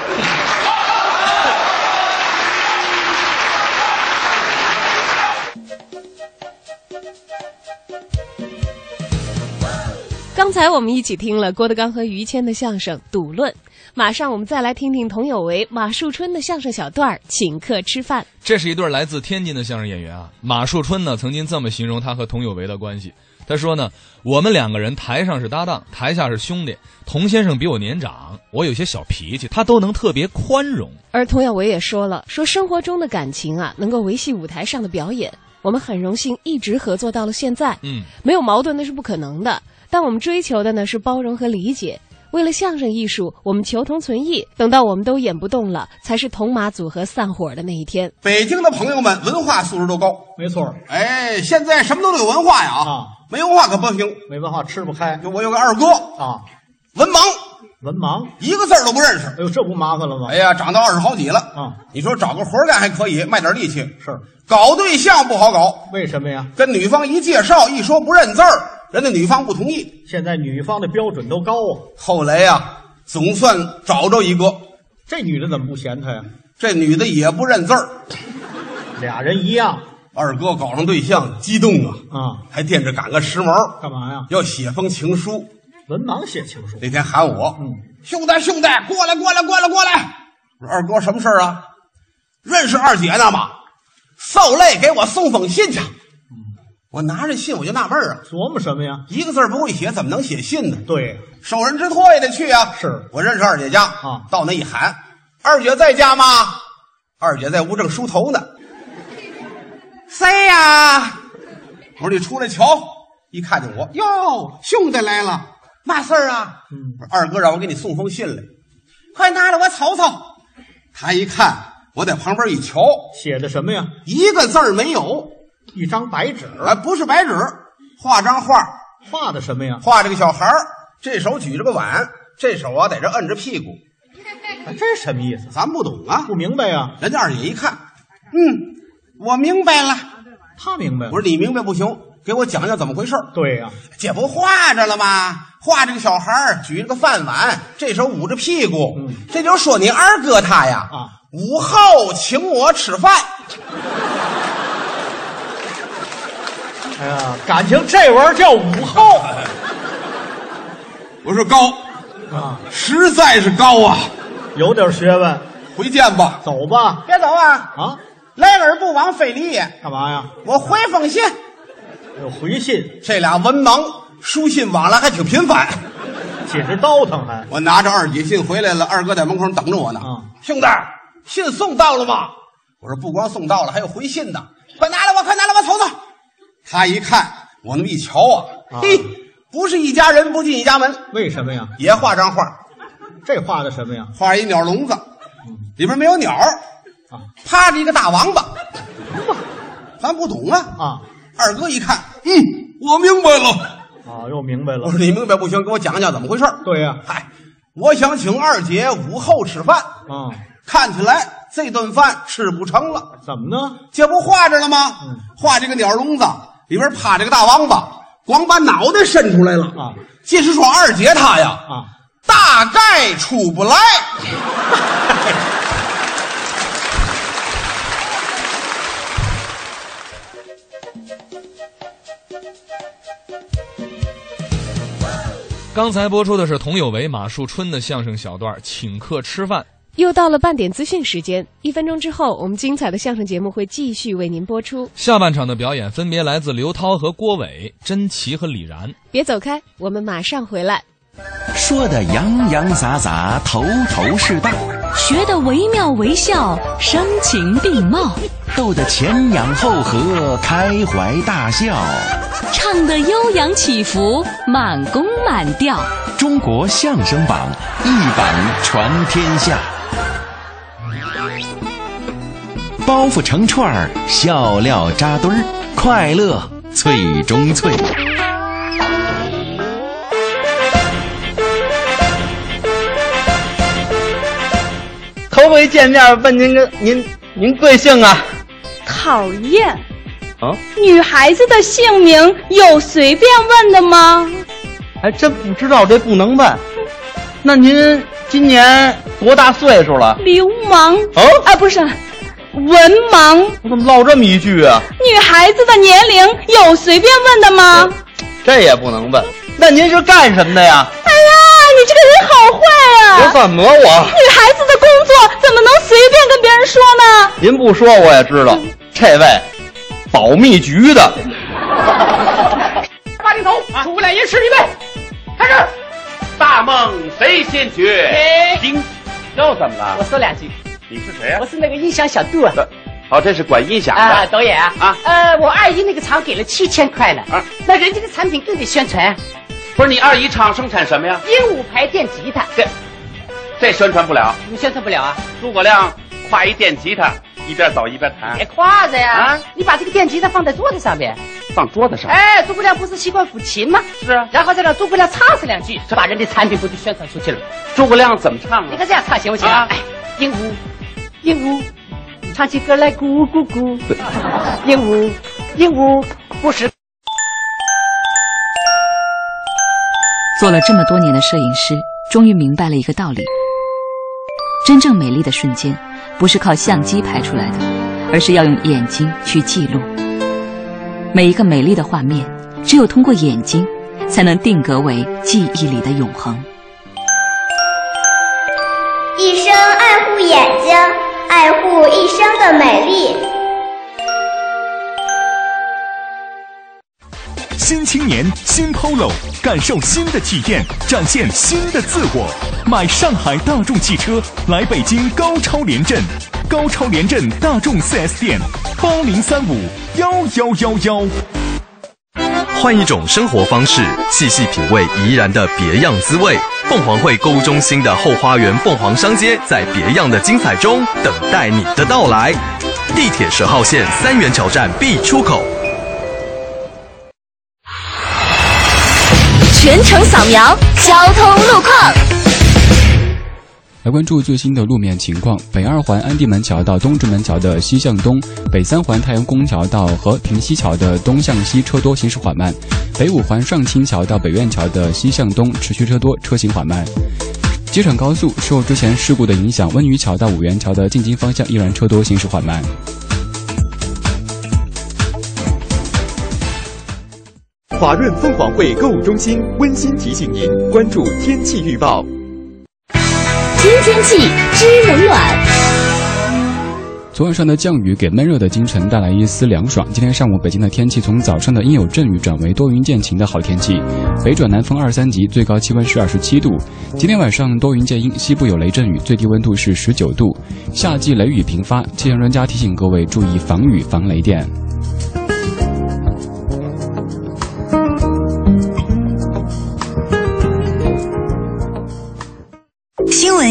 S4: 刚才我们一起听了郭德纲和于谦的相声《赌论》，马上我们再来听听佟有为、马树春的相声小段儿《请客吃饭》。
S8: 这是一对来自天津的相声演员啊。马树春呢曾经这么形容他和佟有为的关系，他说呢，我们两个人台上是搭档，台下是兄弟。佟先生比我年长，我有些小脾气，他都能特别宽容。
S4: 而佟小维也说了，说生活中的感情啊，能够维系舞台上的表演。我们很荣幸一直合作到了现在。
S8: 嗯，
S4: 没有矛盾那是不可能的，但我们追求的呢是包容和理解。为了相声艺术，我们求同存异。等到我们都演不动了，才是铜马组合散伙的那一天。
S9: 北京的朋友们文化素质都高，
S10: 没错，
S9: 哎，现在什么都得有文化呀
S10: 啊
S9: 没文化可不行。
S10: 没文化吃不开
S9: 就我有个二哥，
S10: 啊，
S9: 文盲，
S10: 文盲。
S9: 一个字儿都不认识。
S10: 哎呦，这不麻烦了吗？
S9: 哎呀，长到二十好几了
S10: 啊！
S9: 你说找个活儿干还可以，卖点力气。
S10: 是
S9: 搞对象不好搞，
S10: 为什么呀？
S9: 跟女方一介绍一说不认字儿，人家女方不同意。
S10: 现在女方的标准都高啊，
S9: 后来呀、总算找着一个，
S10: 这女的怎么不嫌他呀？
S9: 这女的也不认字儿。
S10: 俩人一样
S9: 二哥搞上对象，激动啊，
S10: 啊，
S9: 还惦着赶个时髦，
S10: 干嘛呀？
S9: 要写封情书。
S10: 文盲写情书
S9: 那天喊我，
S10: 嗯
S9: 兄弟兄弟，过来过来过来过来！我说二哥什么事儿啊？认识二姐呢吗？受累给我送封信去。我拿着信我就纳闷儿啊，
S10: 嗯琢磨什么呀？
S9: 一个字儿不会写，怎么能写信呢？
S10: 对，
S9: 受人之托也得去啊。
S10: 是
S9: 我认识二姐家
S10: 啊
S9: 到那一喊，二姐在家吗？二姐在屋正梳头呢。谁呀、我说你出来瞧，一看见我，哟，兄弟来了，嘛事儿啊？
S10: 嗯
S9: 我说二哥让我给你送封信来，快拿来我瞅瞅。他一看，我在旁边一瞧，
S10: 写的什么呀？
S9: 一个字儿没有，
S10: 一张白纸
S9: 啊，不是白纸，画张画，
S10: 画的什么呀？
S9: 画着个小孩儿，这手举着个碗，这手啊在这摁着屁股，啊
S10: 哎这什么意思？
S9: 咱不懂啊
S10: 不。明白呀？
S9: 人家二姐一看，嗯，我明白了。
S10: 他明白了
S9: 我说你明白不行，给我讲讲怎么回事儿。
S10: 对呀，
S9: 姐不画着了吗？画着个小孩儿，举着个饭碗，这手捂着屁股，
S10: 嗯
S9: 这就说你二哥他呀，
S10: 啊
S9: 午后请我吃饭。
S10: 哎呀，感情这玩意儿叫午后
S9: [laughs] 我说高，
S10: 啊，
S9: 实在是高啊，
S10: 有点学问。
S9: 回见吧。
S10: 走吧
S9: 别走啊，
S10: 啊，
S9: 来而不往非礼也。
S10: 干嘛呀？
S9: 我回封信。
S10: 有回信，
S9: 这俩文盲书信往来还挺频繁。
S10: 解释倒腾还
S9: 我拿着二姐信回来了，二哥在门口等着我呢。
S10: 嗯
S9: 兄弟，信送到了吗？我说不光送到了，还有回信呢。快拿来我，快拿来我瞅瞅。他一看我那么一瞧啊，
S10: 啊
S9: 嘿，不是一家人不进一家门。
S10: 为什么呀？
S9: 也画张画，
S10: 这画的什么呀？嗯
S9: 画一鸟笼子，里边没有鸟，
S10: 啊
S9: 趴着一个大王八。咱不懂啊
S10: 啊！
S9: 二哥一看，嗯，我明白了。
S10: 啊，又明白了
S9: 我。 [laughs] 说你明白不行，给我讲讲怎么回事儿
S10: 对呀、
S9: 嗨，我想请二姐午后吃饭，
S10: 啊，
S9: 看起来这顿饭吃不成了。
S10: 怎么呢？
S9: 这不画着了吗？
S10: 嗯
S9: 画这个鸟笼子里边趴着个大王八，光把脑袋伸出来了
S10: 啊！
S9: 这是说二姐她呀，
S10: 啊，
S9: 大概出不来。
S8: 刚才播出的是童有为、马树春的相声小段儿《请客吃饭》。
S4: 又到了半点资讯时间，一分钟之后，我们精彩的相声节目会继续为您播出。
S8: 下半场的表演分别来自刘涛和郭伟、甄奇和李然。
S4: 别走开，我们马上回来。
S11: 说的洋洋洒洒，头头是道，
S1: 学得惟妙惟肖，声情并茂，
S11: 逗得前仰后合，开怀大笑。
S1: 唱得悠扬起伏，满弓满调。
S11: 中国相声榜，一榜传天下。包袱成串儿，笑料扎堆儿，快乐最中最。
S12: 头回见面问您个您您贵姓啊？
S13: 讨厌。
S12: 啊，
S13: 女孩子的姓名有随便问的吗？
S12: 还哎真不知道，这不能问。那您今年多大岁数了？
S13: 流氓
S12: 哦
S13: 啊，不是，文盲。
S12: 我怎么唠这么一句啊？
S13: 女孩子的年龄有随便问的吗？
S12: 哎这也不能问。那您是干什么的呀？
S13: 哎呀，你这个人好坏
S12: 我
S13: 啊！
S12: 怎么我？
S13: 女孩子的工作怎么能随便跟别人说呢？
S12: 您不说我也知道，这位保密局的。
S6: 八零头出来也是一位，开始。大梦谁先觉？
S12: 哎
S6: 惊，又怎么了？
S12: 说两句，
S6: 你是谁呀、啊
S12: 是那个音响小杜。
S6: 哦，这是管音响的。
S14: 啊，导演啊，呃，我二姨那个厂给了七千块呢，啊，那人家的产品更得宣传啊。
S6: 不是你二姨厂生产什么呀？
S14: 鹦鹉牌电吉他，
S6: 这这宣传不了，
S14: 你宣传不了啊？
S6: 诸葛亮挎一电吉他，一边走一边弹
S14: 别，挎着呀，你把这个电吉他放在桌子上面，
S6: 啊放桌子上。
S14: 哎，诸葛亮不是习惯抚琴吗？是啊，然后再让诸葛亮唱上两句，把人家产品不就宣传出去了？
S6: 诸葛亮怎么唱
S14: 你
S6: 啊？
S14: 看这样唱行不行啊？哎，鹦鹉，鹦鹉，唱起歌来咕咕咕，鹦鹉，鹦鹉，不是。
S15: 做了这么多年的摄影师，终于明白了一个道理：真正美丽的瞬间，不是靠相机拍出来的，而是要用眼睛去记录。每一个美丽的画面，只有通过眼睛，才能定格为记忆里的永恒。
S16: 一生爱护眼睛，爱护一生的美丽。
S5: 新青年，新 Polo，感受新的体验，展现新的自我。买上海大众汽车，来北京高超联镇，高超联镇大众 4S 店，八零三五幺幺幺幺。
S17: 换一种生活方式，细细品味怡然的别样滋味。凤凰汇购物中心的后花园凤凰商街，在别样的精彩中等待你的到来。地铁十号线三元桥站 B 出口。
S18: 全程扫描交通路况。
S19: 来关注最新的路面情况：北二环安定门桥到东直门桥的西向东，北三环太阳宫桥到和平西桥的东向西车多，行驶缓慢；北五环上清桥到北苑桥的西向东持续车多，车行缓慢。机场高速受之前事故的影响，温榆桥到五元桥的进京方向依然车多，行驶缓慢。
S20: 华润凤凰汇购物中心温馨提醒您关注天气预报。
S18: 听天气知冷暖，
S19: 昨晚上的降雨给闷热的京城带来一丝凉爽。今天上午，北京的天气从早上的阴有阵雨转为多云见晴的好天气，北转南风二三级，最高气温是二十七度。今天晚上多云见阴，西部有雷阵雨，最低温度是十九度。夏季雷雨频发，气象专家提醒各位注意防雨防雷电。
S21: 新文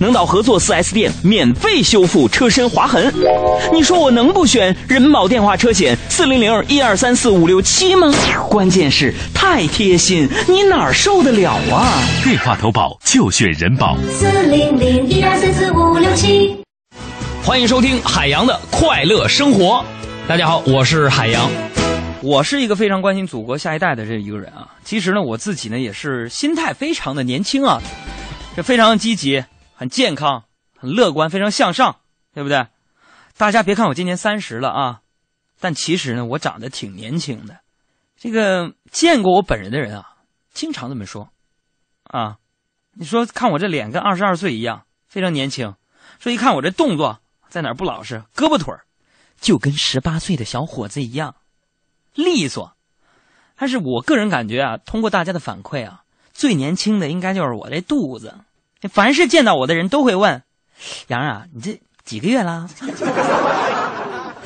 S22: 能到合作 4S 店免费修复车身划痕。你说我能不选人保电话车险四零零一二三四五六七吗？关键是太贴心，你哪儿受得了啊？
S11: 电话投保就选人保。
S18: 四零零一二三四五六七。
S23: 欢迎收听海洋的快乐生活。大家好，我是海洋。
S24: 我是一个非常关心祖国下一代的这一个人啊。其实呢，我自己呢也是心态非常的年轻啊，这非常积极，很健康，很乐观，非常向上，对不对？大家别看我今年三十了啊，但其实呢，我长得挺年轻的。这个见过我本人的人啊，经常这么说，啊，你说看我这脸跟二十二岁一样，非常年轻。说一看我这动作在哪儿不老实，胳膊腿儿就跟十八岁的小伙子一样。利索。但是我个人感觉啊，通过大家的反馈啊，最年轻的应该就是我这肚子。凡是见到我的人都会问：“杨儿啊，你这几个月啦？”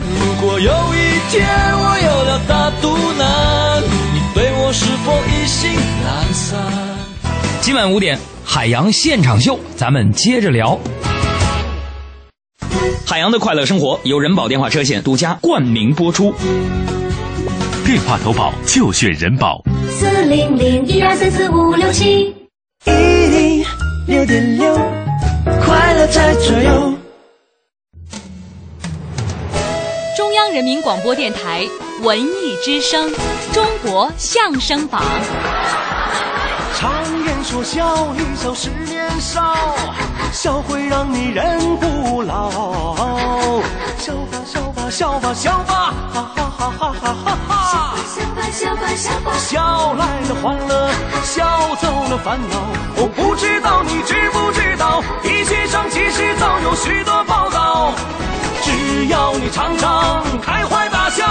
S25: 如果有一天我有了大肚腩，你对我是否一心懒散？
S23: 今晚五点，海洋现场秀，咱们接着聊。海洋的快乐生活由人保电话车险独家冠名播出。
S11: 电话投保就选人保。
S18: 四零零一二三四五六七。
S25: 一零六点六，快乐在左右。
S1: 中央人民广播电台文艺之声《中国相声榜》。
S2: 常言说笑一笑十年少，笑会让你人不老。啊笑吧笑吧笑吧笑吧，哈哈哈哈哈哈哈！笑吧笑吧笑吧笑吧，笑来了欢乐，笑走了烦恼。我不知道你知不知道，医学上其实早有许多报道。只要你常常开怀大笑，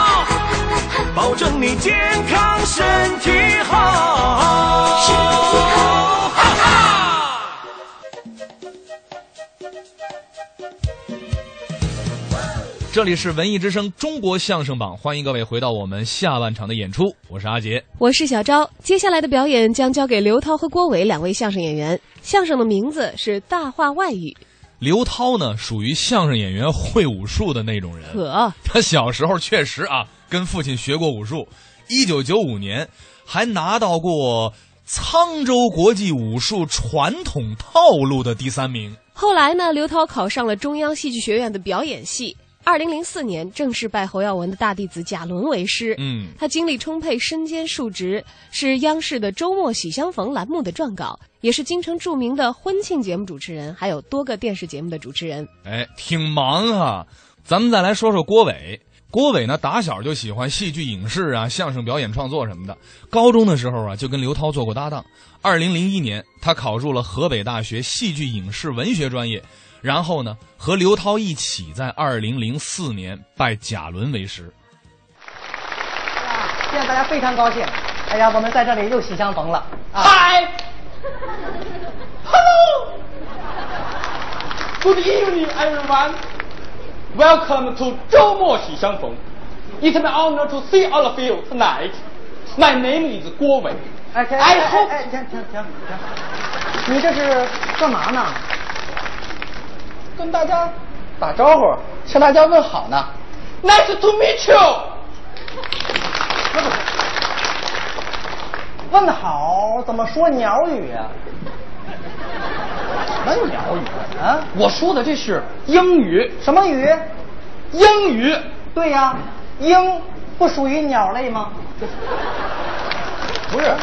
S2: 保证你健康身体好。身体好，哈哈。
S5: 这里是文艺之声中国相声榜，欢迎各位回到我们下半场的演出，我是阿杰。
S4: 我是小昭，接下来的表演将交给刘涛和郭伟两位相声演员。相声的名字是《大话外语
S5: 刘涛呢，属于相声演员会武术的那种人》，。
S4: 可
S5: 他小时候确实啊，跟父亲学过武术。一九九五年还拿到过沧州国际武术传统套路的第三名。
S4: 后来呢，刘涛考上了中央戏剧学院的表演系。二零零四年正式拜侯耀文的大弟子贾伦为师。
S5: 嗯
S4: 他精力充沛，身兼数职，是央视的《周末喜相逢》栏目的撰稿，也是京城著名的婚庆节目主持人，还有多个电视节目的主持人。
S5: 哎，挺忙哈、咱们再来说说郭伟。郭伟呢，打小就喜欢戏剧、影视啊、相声表演、创作什么的。高中的时候啊，就跟刘涛做过搭档。二零零一年，他考入了河北大学戏剧影视文学专业，然后呢，和刘涛一起在二零零四年拜贾伦为师。
S8: 现在大家非常高兴，哎呀，我们在这里又喜相逢了。
S2: 嗨、
S8: Hello,
S2: Good evening, everyone. Welcome to 周末喜相逢。It's an honor to see all of you tonight. My name is 郭伟。
S8: 哎
S2: I hope
S8: 哎，停停停停，你这是干嘛呢？
S2: 跟大家打招呼，向大家问好呢。Nice to meet you.
S8: 问好怎么说鸟语啊？
S2: 什么鸟语啊？我说的这是英语。什么语？英语。
S8: 对呀、鹰不属于鸟类吗？
S2: 不是，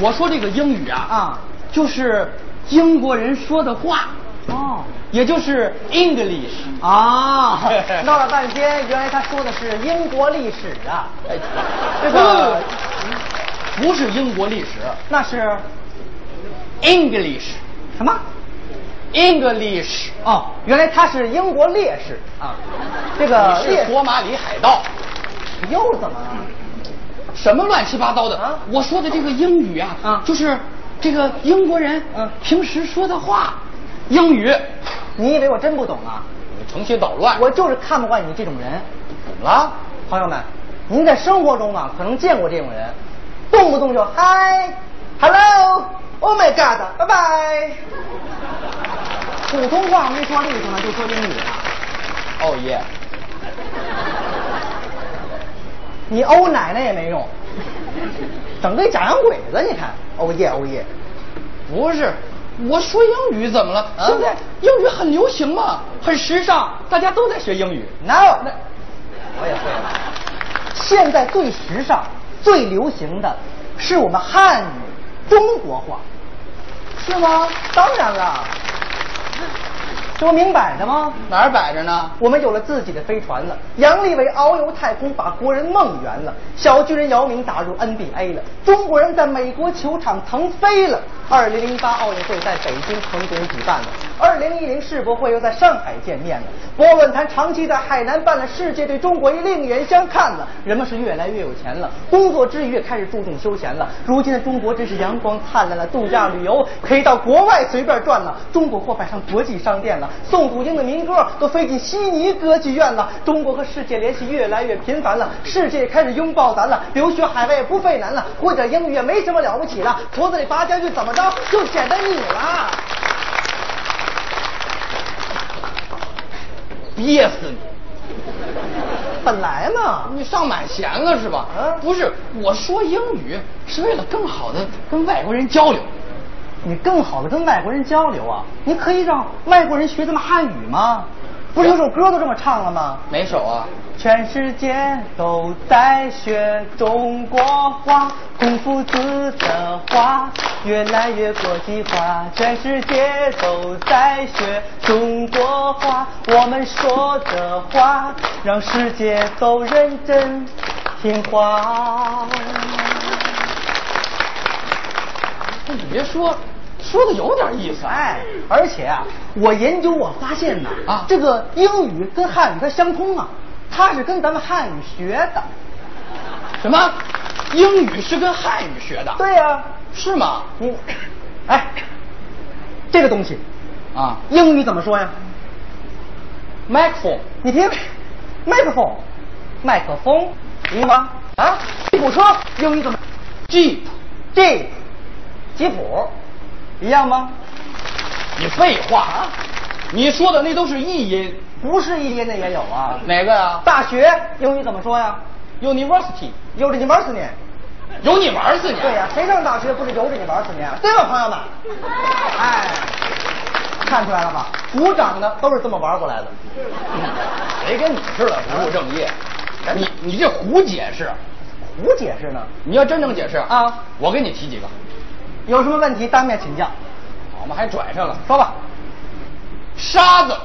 S2: 我说这个英语啊，啊，就是英国人说的话，
S8: 哦，
S2: 也就是 English
S8: 啊，闹了半天，原来他说的是英国历史啊。
S2: 哎
S8: 这个
S2: 不不是英国历史，
S8: 那是
S2: English
S8: 什么？
S2: English
S8: 哦，原来他是英国烈士啊。这个
S2: 你
S8: 烈
S2: 是
S8: 士
S2: 索马里海盗，
S8: 又怎么了？
S2: 什么乱七八糟的啊？我说的这个英语啊，啊，就是这个英国人嗯平时说的话，英语。
S8: 你以为我真不懂啊？
S2: 你成心捣乱，
S8: 我就是看不惯你这种人。
S2: 怎么了？
S8: 朋友们，您在生活中啊，可能见过这种人，动不动就嗨，hello，oh my god，拜拜。普通话没说利索呢，就说英语了。
S2: 哦耶，
S8: 你欧奶奶也没用，整个假洋鬼子，你看，
S2: 哦
S8: 欧耶欧耶。
S2: 不是，我说英语怎么
S8: 啊
S2: 了？现在英语很流行嘛，很时尚，大家都在学英语。
S8: No，那我也会了。现在最时尚、最流行的是我们汉语中国话，是吗？当然了，这不明摆着吗？
S2: 哪儿摆着呢？
S8: 我们有了自己的飞船了，杨利伟遨游太空，把国人梦圆了；小巨人姚明打入 NBA 了，中国人在美国球场腾飞了。二零零八奥运会在北京成功举办了，二零一零世博会又在上海见面了，博论坛长期在海南办了，世界对中国另眼相看了。人们是越来越有钱了，工作之余也开始注重休闲了。如今的中国真是阳光灿烂了，度假旅游可以到国外随便转了。中国货摆上国际商店了，宋祖英的民歌都飞进悉尼歌剧院了。中国和世界联系越来越频繁了，世界也开始拥抱咱了。留学海外也不费难了，会点英语也没什么了不起了。矬子里拔将军怎么着就显得你了。
S2: 憋死你！
S8: 本来嘛，嗯
S2: 你上满弦了是吧？不是，我说英语是为了更好的跟外国人交流。
S8: 你更好的跟外国人交流啊，你可以让外国人学咱们汉语吗？不
S2: 哎
S8: 是有首歌都这么唱了吗？
S2: 哪首啊？
S8: 全世界都在学中国话，孔夫子的话越来越国际化。全世界都在学中国话，我们说的话让世界都认真听话。
S2: 你别说，说的有点意思。
S8: 哎，而且啊，我研究我发现呐，啊，这个英语跟汉语它相通啊，它是跟咱们汉语学的。
S2: 什么？英语是跟汉语学的？
S8: 对呀、
S2: 是吗？
S8: 你，哎，这个东西
S2: 啊，
S8: 英语怎么说呀
S2: m a c p h o n
S8: 你听，麦克风，麦克风，明白吗？啊，吉普车英语怎么？Jeep，Jeep，吉普，一样吗？
S2: 你废话啊！你说的那都是译音，
S8: 不是一音的也有啊。
S2: 哪个呀、
S8: 大学英语怎么说呀
S2: University，
S8: 由着你玩死你！
S2: 有你玩死你！
S8: 对呀、谁上大学不是由着你玩死你啊？对吧，朋友们？哎，看出来了吧？鼓掌的都是这么玩过来的。
S2: 谁跟你似的不务正业？你你这胡解释，啊
S8: 胡解释呢？
S2: 你要真正解释
S8: 啊，
S2: 我给你提几个，
S8: 有什么问题当面请教。
S2: 我们还拽上了。
S8: 说吧，
S2: 沙子，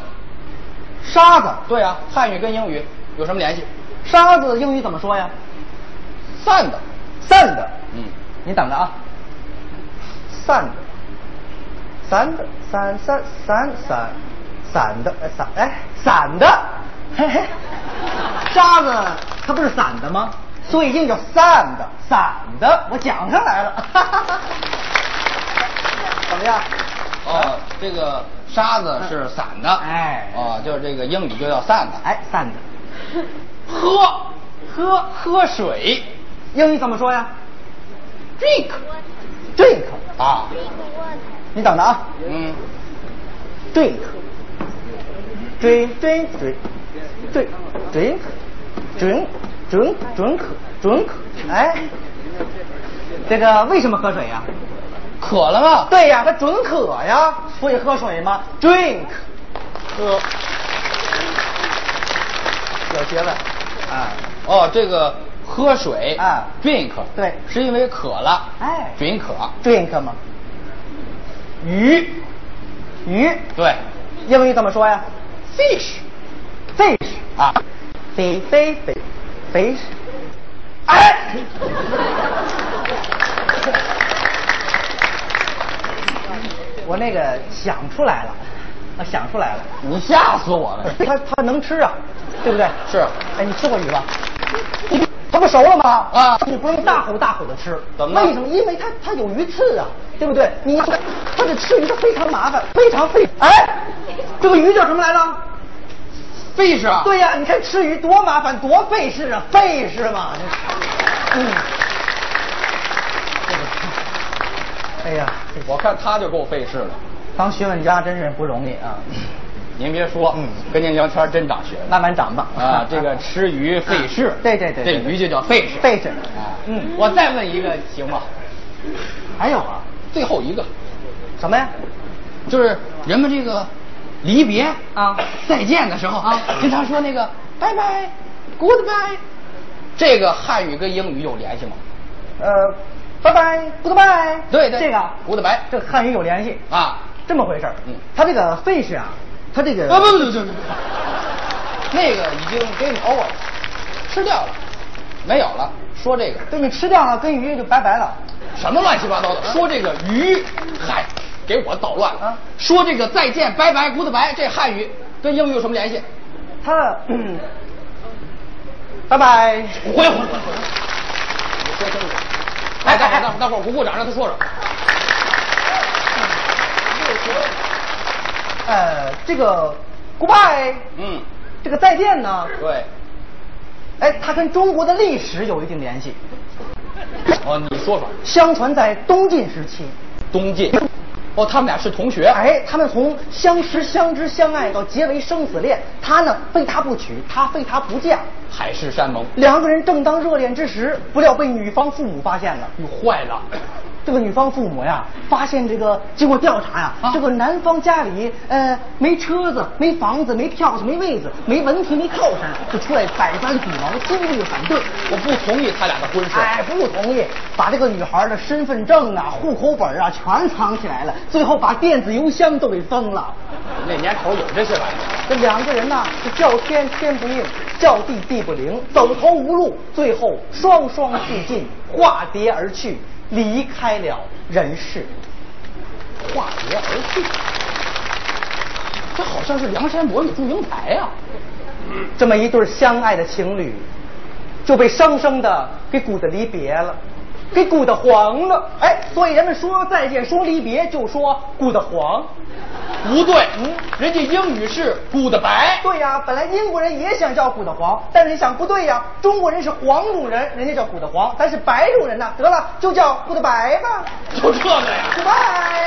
S8: 沙子，
S2: 对啊，汉语跟英语有什么联系？
S8: 沙子英语怎么说呀？
S2: 散的，
S8: 散的，
S2: 嗯，
S8: 你等着啊，散的，散的，散散散散，散的，呃散哎散的，嘿嘿，沙子它不是散的吗？所以应叫散的，散的，我讲上来了，哈哈哈怎么样？
S2: 哦，这个沙子是散的，
S8: 哎
S2: 哦，就是这个英语就叫散的。
S8: 哎，散的，
S2: 喝
S8: 喝
S2: 喝水
S8: 英语怎么说呀
S2: ，drink
S8: ？drink，
S2: 啊，
S8: 你等着啊
S2: 嗯，
S8: ，drink，drink drink drink drink drink drink drink drink drink，哎，这个为什么喝水呀、
S2: 渴了吗？
S8: 对呀，他准渴呀，所以喝水嘛，drink，
S2: 喝。
S8: 有学问。
S2: 啊，哦，这个喝水
S8: 啊
S2: ，drink，
S8: 对
S2: 是因为渴了，
S8: 哎
S2: ，drink，
S8: drink 嘛，鱼，鱼，
S2: 对
S8: 英语怎么说呀
S2: ，fish，
S8: ？fish，
S2: 啊，
S8: 肥肥肥肥，
S2: 哎，
S8: 我那个想出来了，我想出来了，
S2: 你吓死我了！
S8: 它它能吃啊，对不对？
S2: 是
S8: 哎，你吃过鱼吧？它不熟了吗？
S2: 啊
S8: 你不能大口大口的吃，
S2: 怎么了
S8: 为什么？因为它它有鱼刺啊，对不对？你它得吃鱼，它非常麻烦，非常费。哎，这个鱼叫什么来着？
S2: ，fish 啊，
S8: 对呀、你看吃鱼多麻烦，多费事啊，费事嘛。嗯，哎呀，
S2: 我看他就够费事了。
S8: 当学问家真是不容易啊，
S2: 您别说，
S8: 嗯
S2: 跟您聊天真长学啊问。
S8: 慢慢长吧。
S2: 啊，这个吃鱼费事，
S8: 啊对对对
S2: 这
S8: 对
S2: 鱼就叫费事。
S8: 费事
S2: 啊，
S8: 嗯
S2: 我再问一个行吗？
S8: 还有啊，
S2: 最后一个，
S8: 什么呀？
S2: 就是人们这个离别
S8: 啊
S2: 再见的时候啊，经常说那个拜拜，goodbye，这个汉语跟英语有联系吗？
S8: 呃，拜拜，goodbye。
S2: 对对
S8: 这个啊
S2: ，goodbye
S8: 这个汉语有联系，
S2: 啊，
S8: 这么回事儿。
S2: 嗯
S8: 它这个 fish 啊，它这个
S2: 不不不不不，那个已经给你 over 了，吃掉了，没有了。说这个
S8: 对你吃掉了，跟鱼就拜拜了。
S2: 什么乱七八糟的？说这个鱼，嗨，给我捣乱了。
S8: 啊
S2: 说这个再见，拜拜，goodbye，这汉语跟英语有什么联系？
S8: 它的，嗯 [clears throat] 拜拜。
S2: 回回回回，你说清楚。
S8: 哎
S2: 来，大伙儿大伙儿大伙儿鼓鼓掌，让他说说。
S8: 呃，这个 goodbye，
S2: 嗯，
S8: 这个再见呢，
S2: 对。
S8: 哎，它跟中国的历史有一定联系。
S2: 哦，你说说，
S8: 相传在东晋时期，
S2: 东晋。哦，他们俩是同学。
S8: 哎，他们从相识、相知、相爱到结为生死恋，他呢非他不娶，他非他不嫁。
S2: 海誓山盟。
S8: 两个人正当热恋之时，不料被女方父母发现了。
S2: 你坏了。
S8: 这个女方父母呀，发现这个经过调查呀，
S2: 啊
S8: 这个男方家里呃没车子、没房子、没票子、没位子、没文凭、没靠山，就出来百般阻挠，坚决反对。
S2: 我不同意他俩的婚事。
S8: 哎，不同意，把这个女孩的身份证啊、户口本啊全藏起来了，最后把电子邮箱都给封了。
S2: 那年头有这些玩意儿。
S8: 这两个人呐、是叫天天不应，叫地地不灵，走投无路，最后双双自尽，化蝶而去，离开了人世，化蝶而去。这好像是梁山伯与祝英台啊！这么一对相爱的情侣，就被生生的给鼓得离别了，给鼓得黄了。哎，所以人们说再见，说离别，就说鼓得黄。不对，嗯，人家英语是鼓的白。对呀、本来英国人也想叫鼓的黄，但是你想不对呀、中国人是黄种人，人家叫鼓的黄，咱是白种人呐、得了，就叫鼓的白吧。就这个呀，goodbye。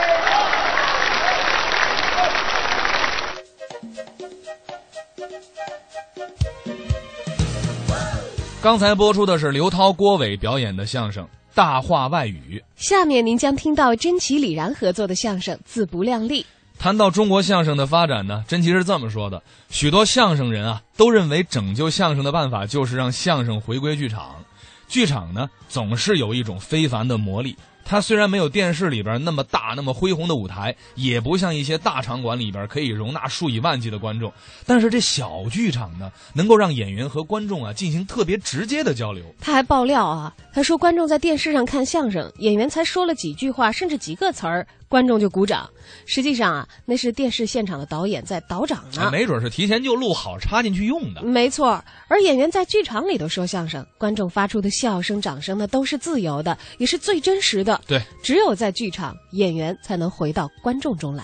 S5: 刚才播出的是刘涛、郭伟表演的相声《大话外语》。
S4: 下面您将听到甄奇、李然合作的相声《自不量力》。
S5: 谈到中国相声的发展呢，甄奇是这么说的：许多相声人啊，都认为拯救相声的办法就是让相声回归剧场。剧场呢，总是有一种非凡的魔力。它虽然没有电视里边那么大、那么恢宏的舞台，也不像一些大场馆里边可以容纳数以万计的观众，但是这小剧场呢，能够让演员和观众啊进行特别直接的交流。
S4: 他还爆料啊，他说观众在电视上看相声，演员才说了几句话，甚至几个词儿，观众就鼓掌。实际上啊，那是电视现场的导演在导掌呢。
S5: 啊，没准是提前就录好插进去用的。
S4: 没错，而演员在剧场里头说相声，观众发出的笑声、掌声呢，都是自由的，也是最真实的。
S5: 对，
S4: 只有在剧场，演员才能回到观众中来。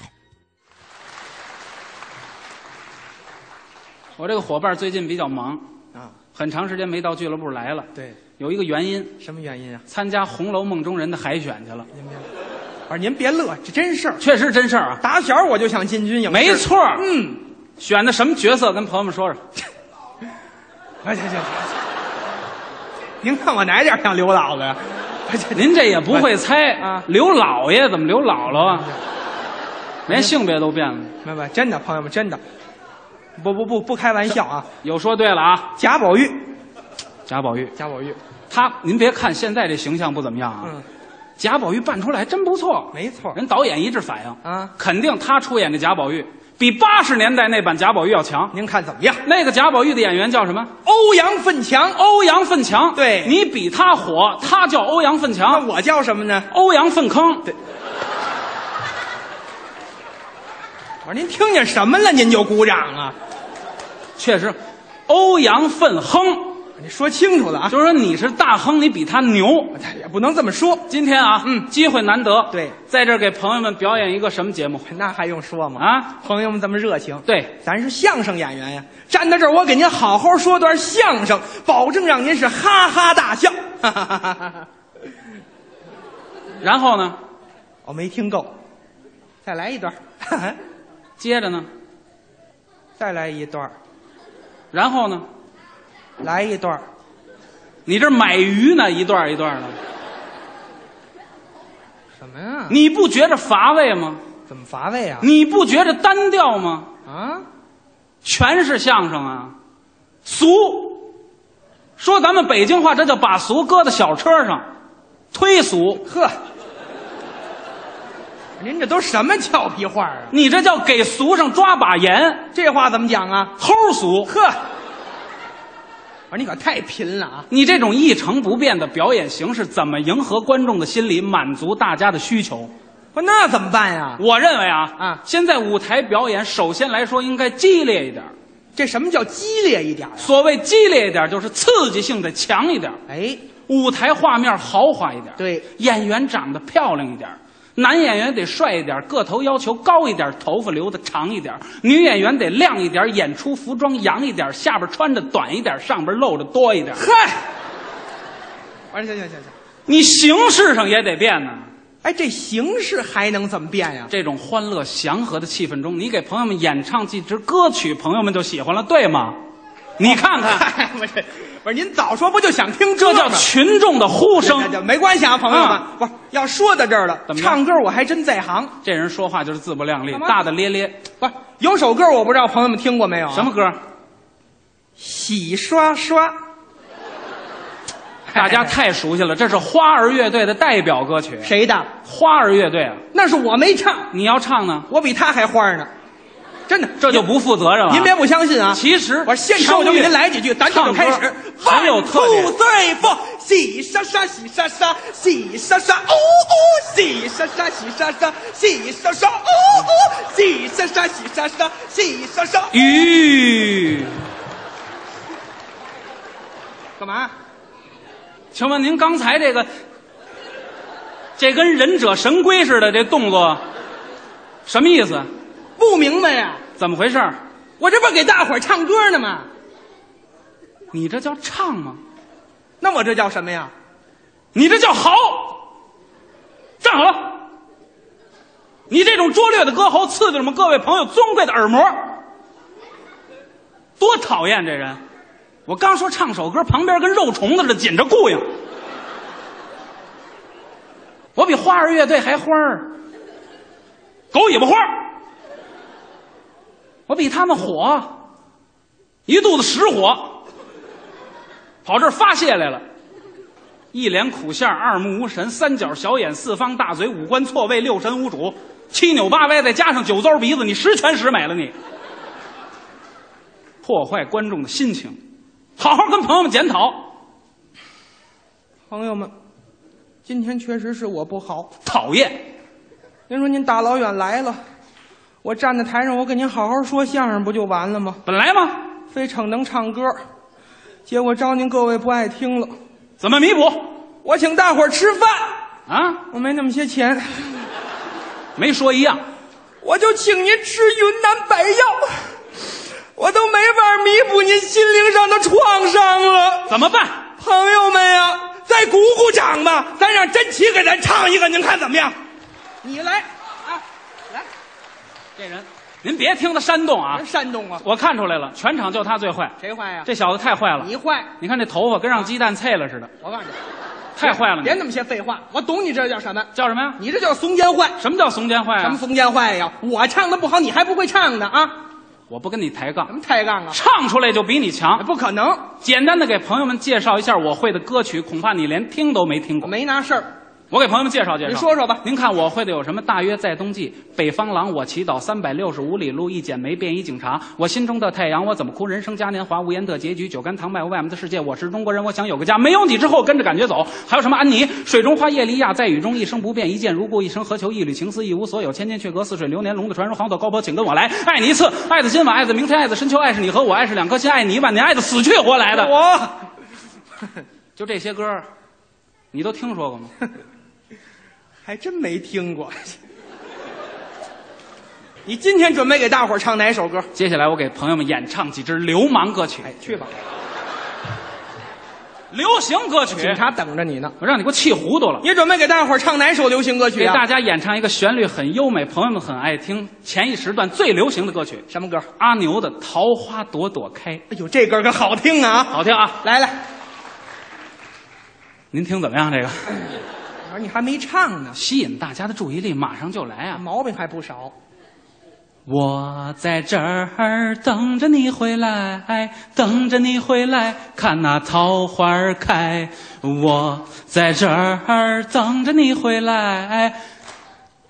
S7: 我这个伙伴最近比较忙啊，很长时间没到俱乐部来了。对，有一个原因，什么原因啊？参加《红楼梦》中人的海选去了。
S6: 不是您别乐，这真事儿，
S7: 确实真事儿啊！
S6: 打小我就想进军影视，
S7: 没错，嗯，选的什么角色？跟朋友们说说。
S6: [laughs] 哎，行行行，您看我哪点像刘姥姥呀？哎
S7: 您这也不会猜啊？刘老爷怎么刘姥姥
S6: 哎
S7: 啊？连性别都变了。
S6: 没没，真的，朋友们，真的，不不不不开玩笑啊！
S7: 有说对了啊，
S6: 贾宝玉，
S7: 贾宝玉，
S6: 贾宝玉，嗯
S7: 他您别看现在这形象不怎么样啊，贾宝玉扮出来还真不错，
S6: 没错，
S7: 人导演一致反应
S6: 啊，
S7: 肯定他出演的贾宝玉比八十年代那版贾宝玉要强。
S6: 您看怎么样？
S7: 那个贾宝玉的演员叫什么？
S6: 欧阳奋强，
S7: 欧阳奋强。
S6: 对，
S7: 你比他火，他叫欧阳奋强。
S6: 我叫什么呢？
S7: 欧阳粪坑。
S6: 对。我说您听见什么了？您就鼓掌啊？
S7: 确实，欧阳粪亨。
S6: 你说清楚了啊！
S7: 就是说你是大亨，你比他牛，
S6: 也不能这么说。
S7: 今天啊，嗯，机会难得，
S6: 对，
S7: 在这儿给朋友们表演一个什么节目？
S6: 那还用说吗？
S7: 啊，
S6: 朋友们这么热情，
S7: 对，
S6: 咱是相声演员呀，站在这儿我给您好好说段相声，保证让您是哈哈大笑。 [laughs] 哈哈哈哈哈！
S7: 然后呢，
S6: 我没听够，再来一段，哈 [laughs] 哈
S7: 接着呢，
S6: 再来一段，
S7: 然后呢，
S6: 来一段，
S7: 你这买鱼呢，一段一段的，
S6: 什么呀？
S7: 你不觉着乏味吗？
S6: 怎么乏味啊？
S7: 你不觉着单调吗？
S6: 啊，
S7: 全是相声啊，俗。说咱们北京话，这叫把俗搁在小车上，推俗。
S6: 呵，您这都什么俏皮话啊？
S7: 你这叫给俗上抓把盐，
S6: 这话怎么讲啊？
S7: 齁俗。
S6: 呵，我说你可太贫了啊！
S7: 你这种一成不变的表演形式，怎么迎合观众的心理，满足大家的需求？
S6: 不，那怎么办呀？
S7: 我认为啊，
S6: 啊
S7: 现在舞台表演首先来说应该激烈一点儿。
S6: 这什么叫激烈一点啊？
S7: 所谓激烈一点儿，就是刺激性得强一点儿，
S6: 哎，
S7: 舞台画面豪华一点儿，
S6: 对，
S7: 演员长得漂亮一点儿。男演员得帅一点儿，个头要求高一点儿，头发留得长一点儿；女演员得亮一点儿，演出服装洋一点儿，下边穿着短一点儿，上边露着多一点儿。
S6: 嗨，完行行行行，
S7: 你形式上也得变呢。
S6: 哎，这形式还能怎么变呀？
S7: 这种欢乐祥和的气氛中，你给朋友们演唱几支歌曲，朋友们就喜欢了，对吗？你看
S6: [laughs]
S7: 看，
S6: 嗨，哎不是不是，您早说不就想听
S7: 这
S6: 吗
S7: 叫群众的呼
S6: 那
S7: 声。
S6: 就没关系啊，朋友们
S7: 啊，
S6: 不是要说到这儿了
S7: 怎，么着
S6: 唱歌我还真在行。
S7: 这人说话就是自不量力
S6: 干，嘛
S7: 大大咧咧。
S6: 不是有首歌我不知道朋友们听过没有啊？
S7: 什么歌？
S6: 洗刷刷？
S7: [laughs] 大家太熟悉了，这是花儿乐队的代表歌曲。
S6: 谁的？
S7: 花儿乐队啊？
S6: 那是我没唱，
S7: 你要唱呢？
S6: 我比他还花呢。
S10: 真的，
S7: 这就不负责任了。
S10: 您别不相信啊！
S7: 其实
S10: 我现场我就给您来几句，咱就
S7: 唱歌
S10: 开始。
S7: 很有特
S10: One,
S7: 点
S10: two, three, four，喜沙沙，喜沙沙，喜沙沙，哦哦，喜沙沙，喜沙沙，喜沙沙，哦哦，喜沙沙，喜沙沙，喜沙沙。
S7: 咦，
S10: 干嘛？
S7: 请问您刚才这个，这跟忍者神龟似的这动作，什么意思？
S10: 不明白呀、
S7: 怎么回事儿？
S10: 我这不给大伙儿唱歌呢吗？
S7: 你这叫唱吗？
S10: 那我这叫什么呀？
S7: 你这叫嚎！站好了！你这种拙劣的歌喉，刺激我们各位朋友尊贵的耳膜，多讨厌这人！我刚说唱首歌，旁边跟肉虫子似的紧着顾应。我比花儿乐队还花儿，狗尾巴花儿，我比他们火，一肚子实火，跑这儿发泄来了。一脸苦相，二目无神，三角小眼，四方大嘴，五官错位，六神无主，七扭八歪，再加上酒糟鼻子，你十全十美了你。破坏观众的心情，好好跟朋友们检讨。
S10: 朋友们，今天确实是我不好。
S7: 讨厌，
S10: 您说您大老远来了，我站在台上，我给您好好说相声，不就完了吗？
S7: 本来嘛，
S10: 非逞能唱歌，结果招您各位不爱听了。
S7: 怎么弥补？
S10: 我请大伙儿吃饭
S7: 啊，
S10: 我没那么些钱，
S7: 没说一样，
S10: 我就请您吃云南白药，我都没法弥补您心灵上的创伤了。
S7: 怎么办？
S10: 朋友们呀、再鼓鼓掌吧，咱让真奇给咱唱一个，您看怎么样？你来啊，来，
S7: 这人，您别听他煽动啊
S10: 别，煽动啊，
S7: 我看出来了，全场就他最坏。
S10: 谁坏啊呀、
S7: 这小子太坏了，
S10: 你坏，
S7: 你看这头发跟让鸡蛋碎了似的，
S10: 我告诉你，
S7: 太坏了你
S10: 别那么些废话，我懂你这叫什么？
S7: 叫什么呀？
S10: 你这叫怂奸坏。
S7: 什么叫怂奸坏
S10: 什
S7: 啊
S10: 么？怂奸坏呀？我唱的不好，你还不会唱呢啊？
S7: 我不跟你抬
S10: 什
S7: 杠，
S10: 么抬杠啊？哎
S7: 唱出来就比你强。
S10: 不可能，
S7: 简单的给朋友们介绍一下我会的歌曲，恐怕你连听都没听
S10: 我
S7: 过。
S10: 没那事儿。
S7: 我给朋友们介绍介绍。
S10: 你说说吧，
S7: 您看我会的有什么？大约在冬季，北方狼，我祈祷三百六十五里路，一剪梅便衣警察，我心中的太阳，我怎么哭？人生嘉年华，无言的结局，酒干倘卖无外面的世界，我是中国人，我想有个家，没有你之后跟着感觉走。还有什么安妮？水中花，叶利亚，在雨中一生不变，一见如故，一生何求？一缕情丝，一无所有，千金却隔似水流年，龙的传说，黄土高坡，请跟我来，爱你一次，爱的今晚，爱的明天，爱的深秋，爱是你和我，爱是两颗心，爱你一万年，爱的死去活来的。
S10: 我
S7: 就这些歌儿，你都听说过吗？
S10: [laughs] 还真没听过。你今天准备给大伙儿唱哪首歌？
S7: 接下来我给朋友们演唱几支流氓歌曲，
S10: 哎，去吧，
S7: 流行歌曲。
S10: 警察等着你呢。
S7: 我让你给我气糊涂了。
S10: 你准备给大伙儿唱哪首流行歌曲
S7: 给
S10: 啊？
S7: 大家演唱一个旋律很优美，朋友们很爱听，前一时段最流行的歌曲，
S10: 什么歌？
S7: 阿牛的《桃花朵朵开》，
S10: 哎呦，这歌可好听啊！
S7: 好听啊！
S10: 来来，
S7: 您听怎么样？这个
S10: 哎我说你还没唱呢，
S7: 吸引大家的注意力，马上就来啊！
S10: 毛病还不少。
S7: 我在这儿等着你回来，等着你回来，看那桃花儿开。我在这儿等着你回来，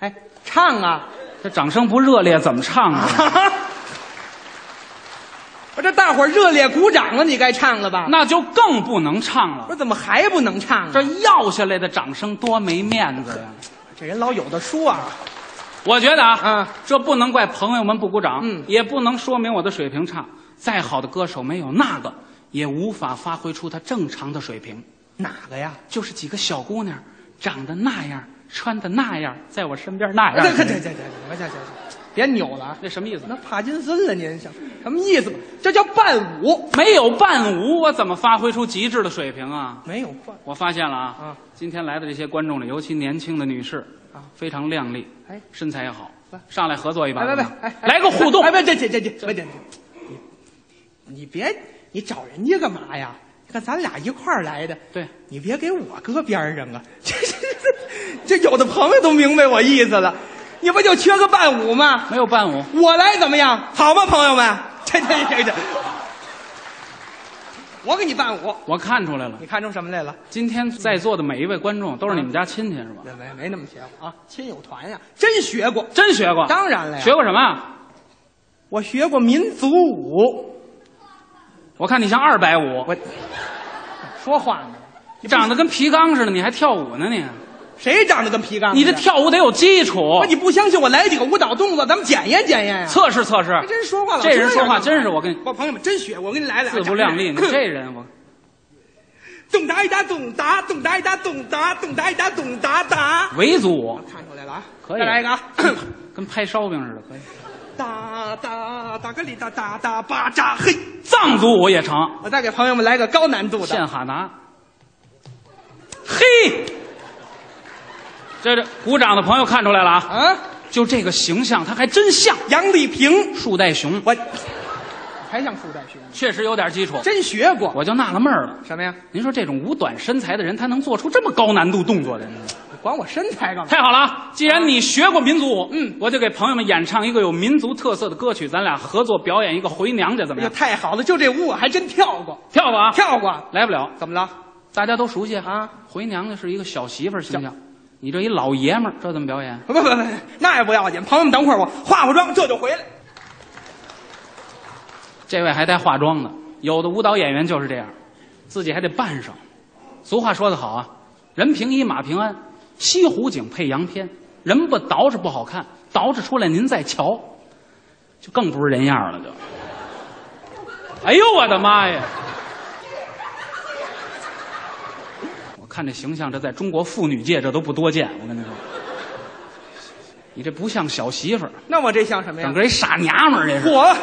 S10: 哎，唱啊！
S7: 这掌声不热烈怎么唱 [laughs] 啊？
S10: 我这大伙儿热烈鼓掌了，你该唱了吧？
S7: 那就更不能唱了
S10: 我。怎么还不能唱啊？
S7: 这要下来的掌声多没面子呀！
S10: 这人老有的说啊，
S7: 我觉得啊，
S10: 嗯
S7: 这不能怪朋友们不鼓掌，
S10: 嗯
S7: 也不能说明我的水平差。再好的歌手没有那个，也无法发挥出他正常的水平。
S10: 哪个呀？
S7: 就是几个小姑娘，长得那样，穿的那样，在我身边那样。
S10: 啊对对对对对，我这这这，别扭了啊！
S7: 那什么意思
S10: 那？帕金森了您，想什么意思吧？这叫伴舞，
S7: 没有伴舞，我怎么发挥出极致的水平啊？
S10: 没有伴。
S7: 我发现了啊，
S10: 啊
S7: 今天来的这些观众里，尤其年轻的女士，
S10: 啊
S7: 非常靓丽，
S10: 哎
S7: 身材也好
S10: 来，
S7: 上来合作一把
S10: 哎，
S7: 吧，
S10: 别别，哎，哎
S7: 来个互动
S10: 哎，，别，这这这这，别别，你你别，你找人家干嘛呀？你看咱俩一块儿来的，
S7: 对。
S10: 你别给我搁边儿上啊！
S7: [laughs]
S10: 这这这，这有的朋友都明白我意思了，你不就缺个伴舞吗？
S7: 没有伴舞，
S10: 我来怎么样？好吗，朋友们？这这这
S7: [laughs]
S10: 这，我给你伴舞，
S7: 我看出来了
S10: 你。看出什么来了？
S7: 今天在座的每一位观众都是你们家亲戚是吧？
S10: 没没那
S7: [laughs]
S10: 么邪乎啊，亲友团呀、真学过，
S7: 真学过？啊
S10: 当然了呀
S7: 学过什么呀？
S6: 我学过民族舞，
S7: 我看你像二百五，
S6: 说话呢，
S7: 你长得跟皮缸似的，你还跳舞呢你？
S6: 谁长得跟皮缸似的？
S7: 你这跳舞得有基础
S6: 不，，你不相信我来几个舞蹈动作，咱们检验检验呀、
S7: 测试测试。
S6: 真说话老
S7: 这人
S6: 样
S7: 说话
S6: 干嘛
S7: 真是我跟你
S6: 我朋友们嗯真学，我给你来两
S7: 自
S6: 个
S7: 不量
S10: [laughs]
S7: 力，你
S6: 长得
S7: 这人我
S6: 咚哒一哒咚哒咚哒一哒咚哒咚哒一哒咚哒哒，
S7: 维族舞
S6: 看出来了啊，
S7: 可以
S6: 再来一个啊，
S7: 跟拍烧饼似的，可以。
S6: 哒哒哒个里哒哒哒巴扎嘿，
S7: 藏族舞也成，
S6: 我再给朋友们来个高难度
S7: 献
S6: 的，
S7: 哈达。嘿，这这鼓掌的朋友看出来了啊！
S6: 啊，
S7: 就这个形象，他还真像
S6: 杨丽萍、
S7: 树袋熊，
S6: 我还像树袋熊，
S7: 确实有点基础，
S6: 真学过
S7: 我就纳了闷儿了。
S6: 什么呀？
S7: 您说这种五短身材的人，他能做出这么高难度动作的人？
S6: 管我身材干嘛？
S7: 太好了啊！既然你学过民族舞，嗯，我就给朋友们演唱一个有民族特色的歌曲，咱俩合作表演一个《回娘家》，怎么
S6: 哎呦，
S7: 样？
S6: 太好了！就这舞我啊还真跳过，
S7: 跳吧啊！
S6: 跳过。
S7: 来不了，
S6: 怎么了？
S7: 大家都熟悉啊。回娘家是一个小媳妇儿形象，你这一老爷们儿，这怎么表演？
S6: 不不不不，那也不要紧。朋友们，等会儿我化化妆，这就回来。
S7: 这位还带化妆的，有的舞蹈演员就是这样，自己还得扮上。俗话说得好啊，人平一马平安，西湖景配洋片，人不捯饬不好看，捯饬出来您再瞧，就更不是人样了就。哎呦我的妈呀！我看这形象，这在中国妇女界这都不多见。我跟你说，你这不像小媳妇儿，
S6: 那我这像什么呀
S7: 整？个一傻娘们儿，这是。
S6: 我，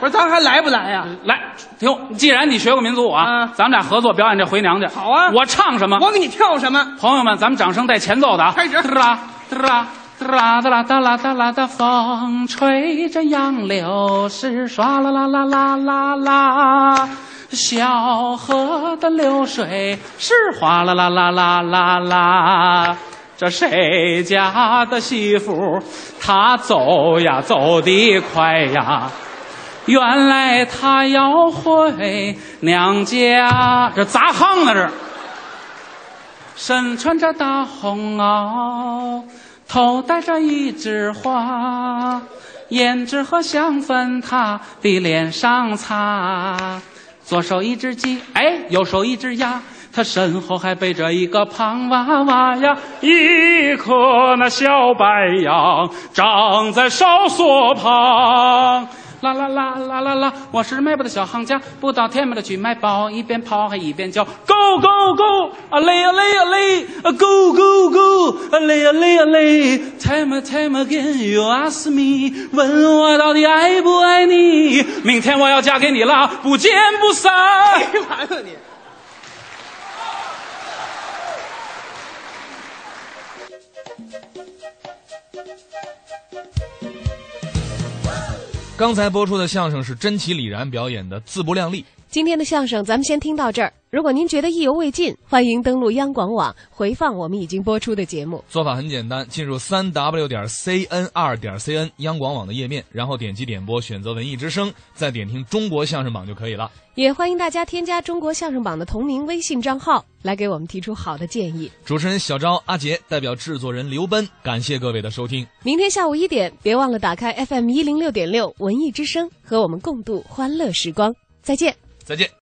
S6: 不是咱还来不来呀、
S7: 来，听，既然你学过民族舞啊，咱们俩合作表演这回娘家。
S6: 好啊
S7: 我唱什么？
S6: 我给你跳什么？
S7: 朋友们，咱们掌声带前奏的啊！开始。哒啦哒啦哒啦哒啦哒啦哒啦哒，风吹着杨柳枝，唰啦啦啦啦啦啦。小河的流水是哗啦啦啦啦啦啦。这谁家的媳妇，她走呀走得快呀。原来她要回娘家，哎这砸夯呢这。身穿着大红袄，头戴着一枝花，胭脂和香粉她的脸上擦，左手一只鸡，哎，右手一只鸭。她身后还背着一个胖娃娃呀，一颗那小白杨长在哨所旁。啦啦啦啦啦啦！我是卖报的小行家，不到天门的去卖报，一边跑还一边叫，Go Go Go！啊嘞啊嘞啊嘞啊，Go Go Go！啊嘞啊嘞啊嘞！Time and time again you ask me，问我到底爱不爱你？明天我要嫁给你啦，不见不散。
S6: 黑 [laughs] 完了你，
S5: 刚才播出的相声是真奇李然表演的《自不量力》。
S4: 今天的相声咱们先听到这儿。如果您觉得意犹未尽，欢迎登录央广网回放我们已经播出的节目。
S5: 做法很简单，进入三 w 点 c n r 点 c n 央广网的页面，然后点击点播，选择文艺之声，再点听中国相声榜就可以了。
S4: 也欢迎大家添加中国相声榜的同名微信账号，来给我们提出好的建议。
S5: 主持人小昭、阿杰代表制作人刘奔，感谢各位的收听。
S4: 明天下午一点，别忘了打开 FM 一零六点六文艺之声，和我们共度欢乐时光。再见。
S5: 再见。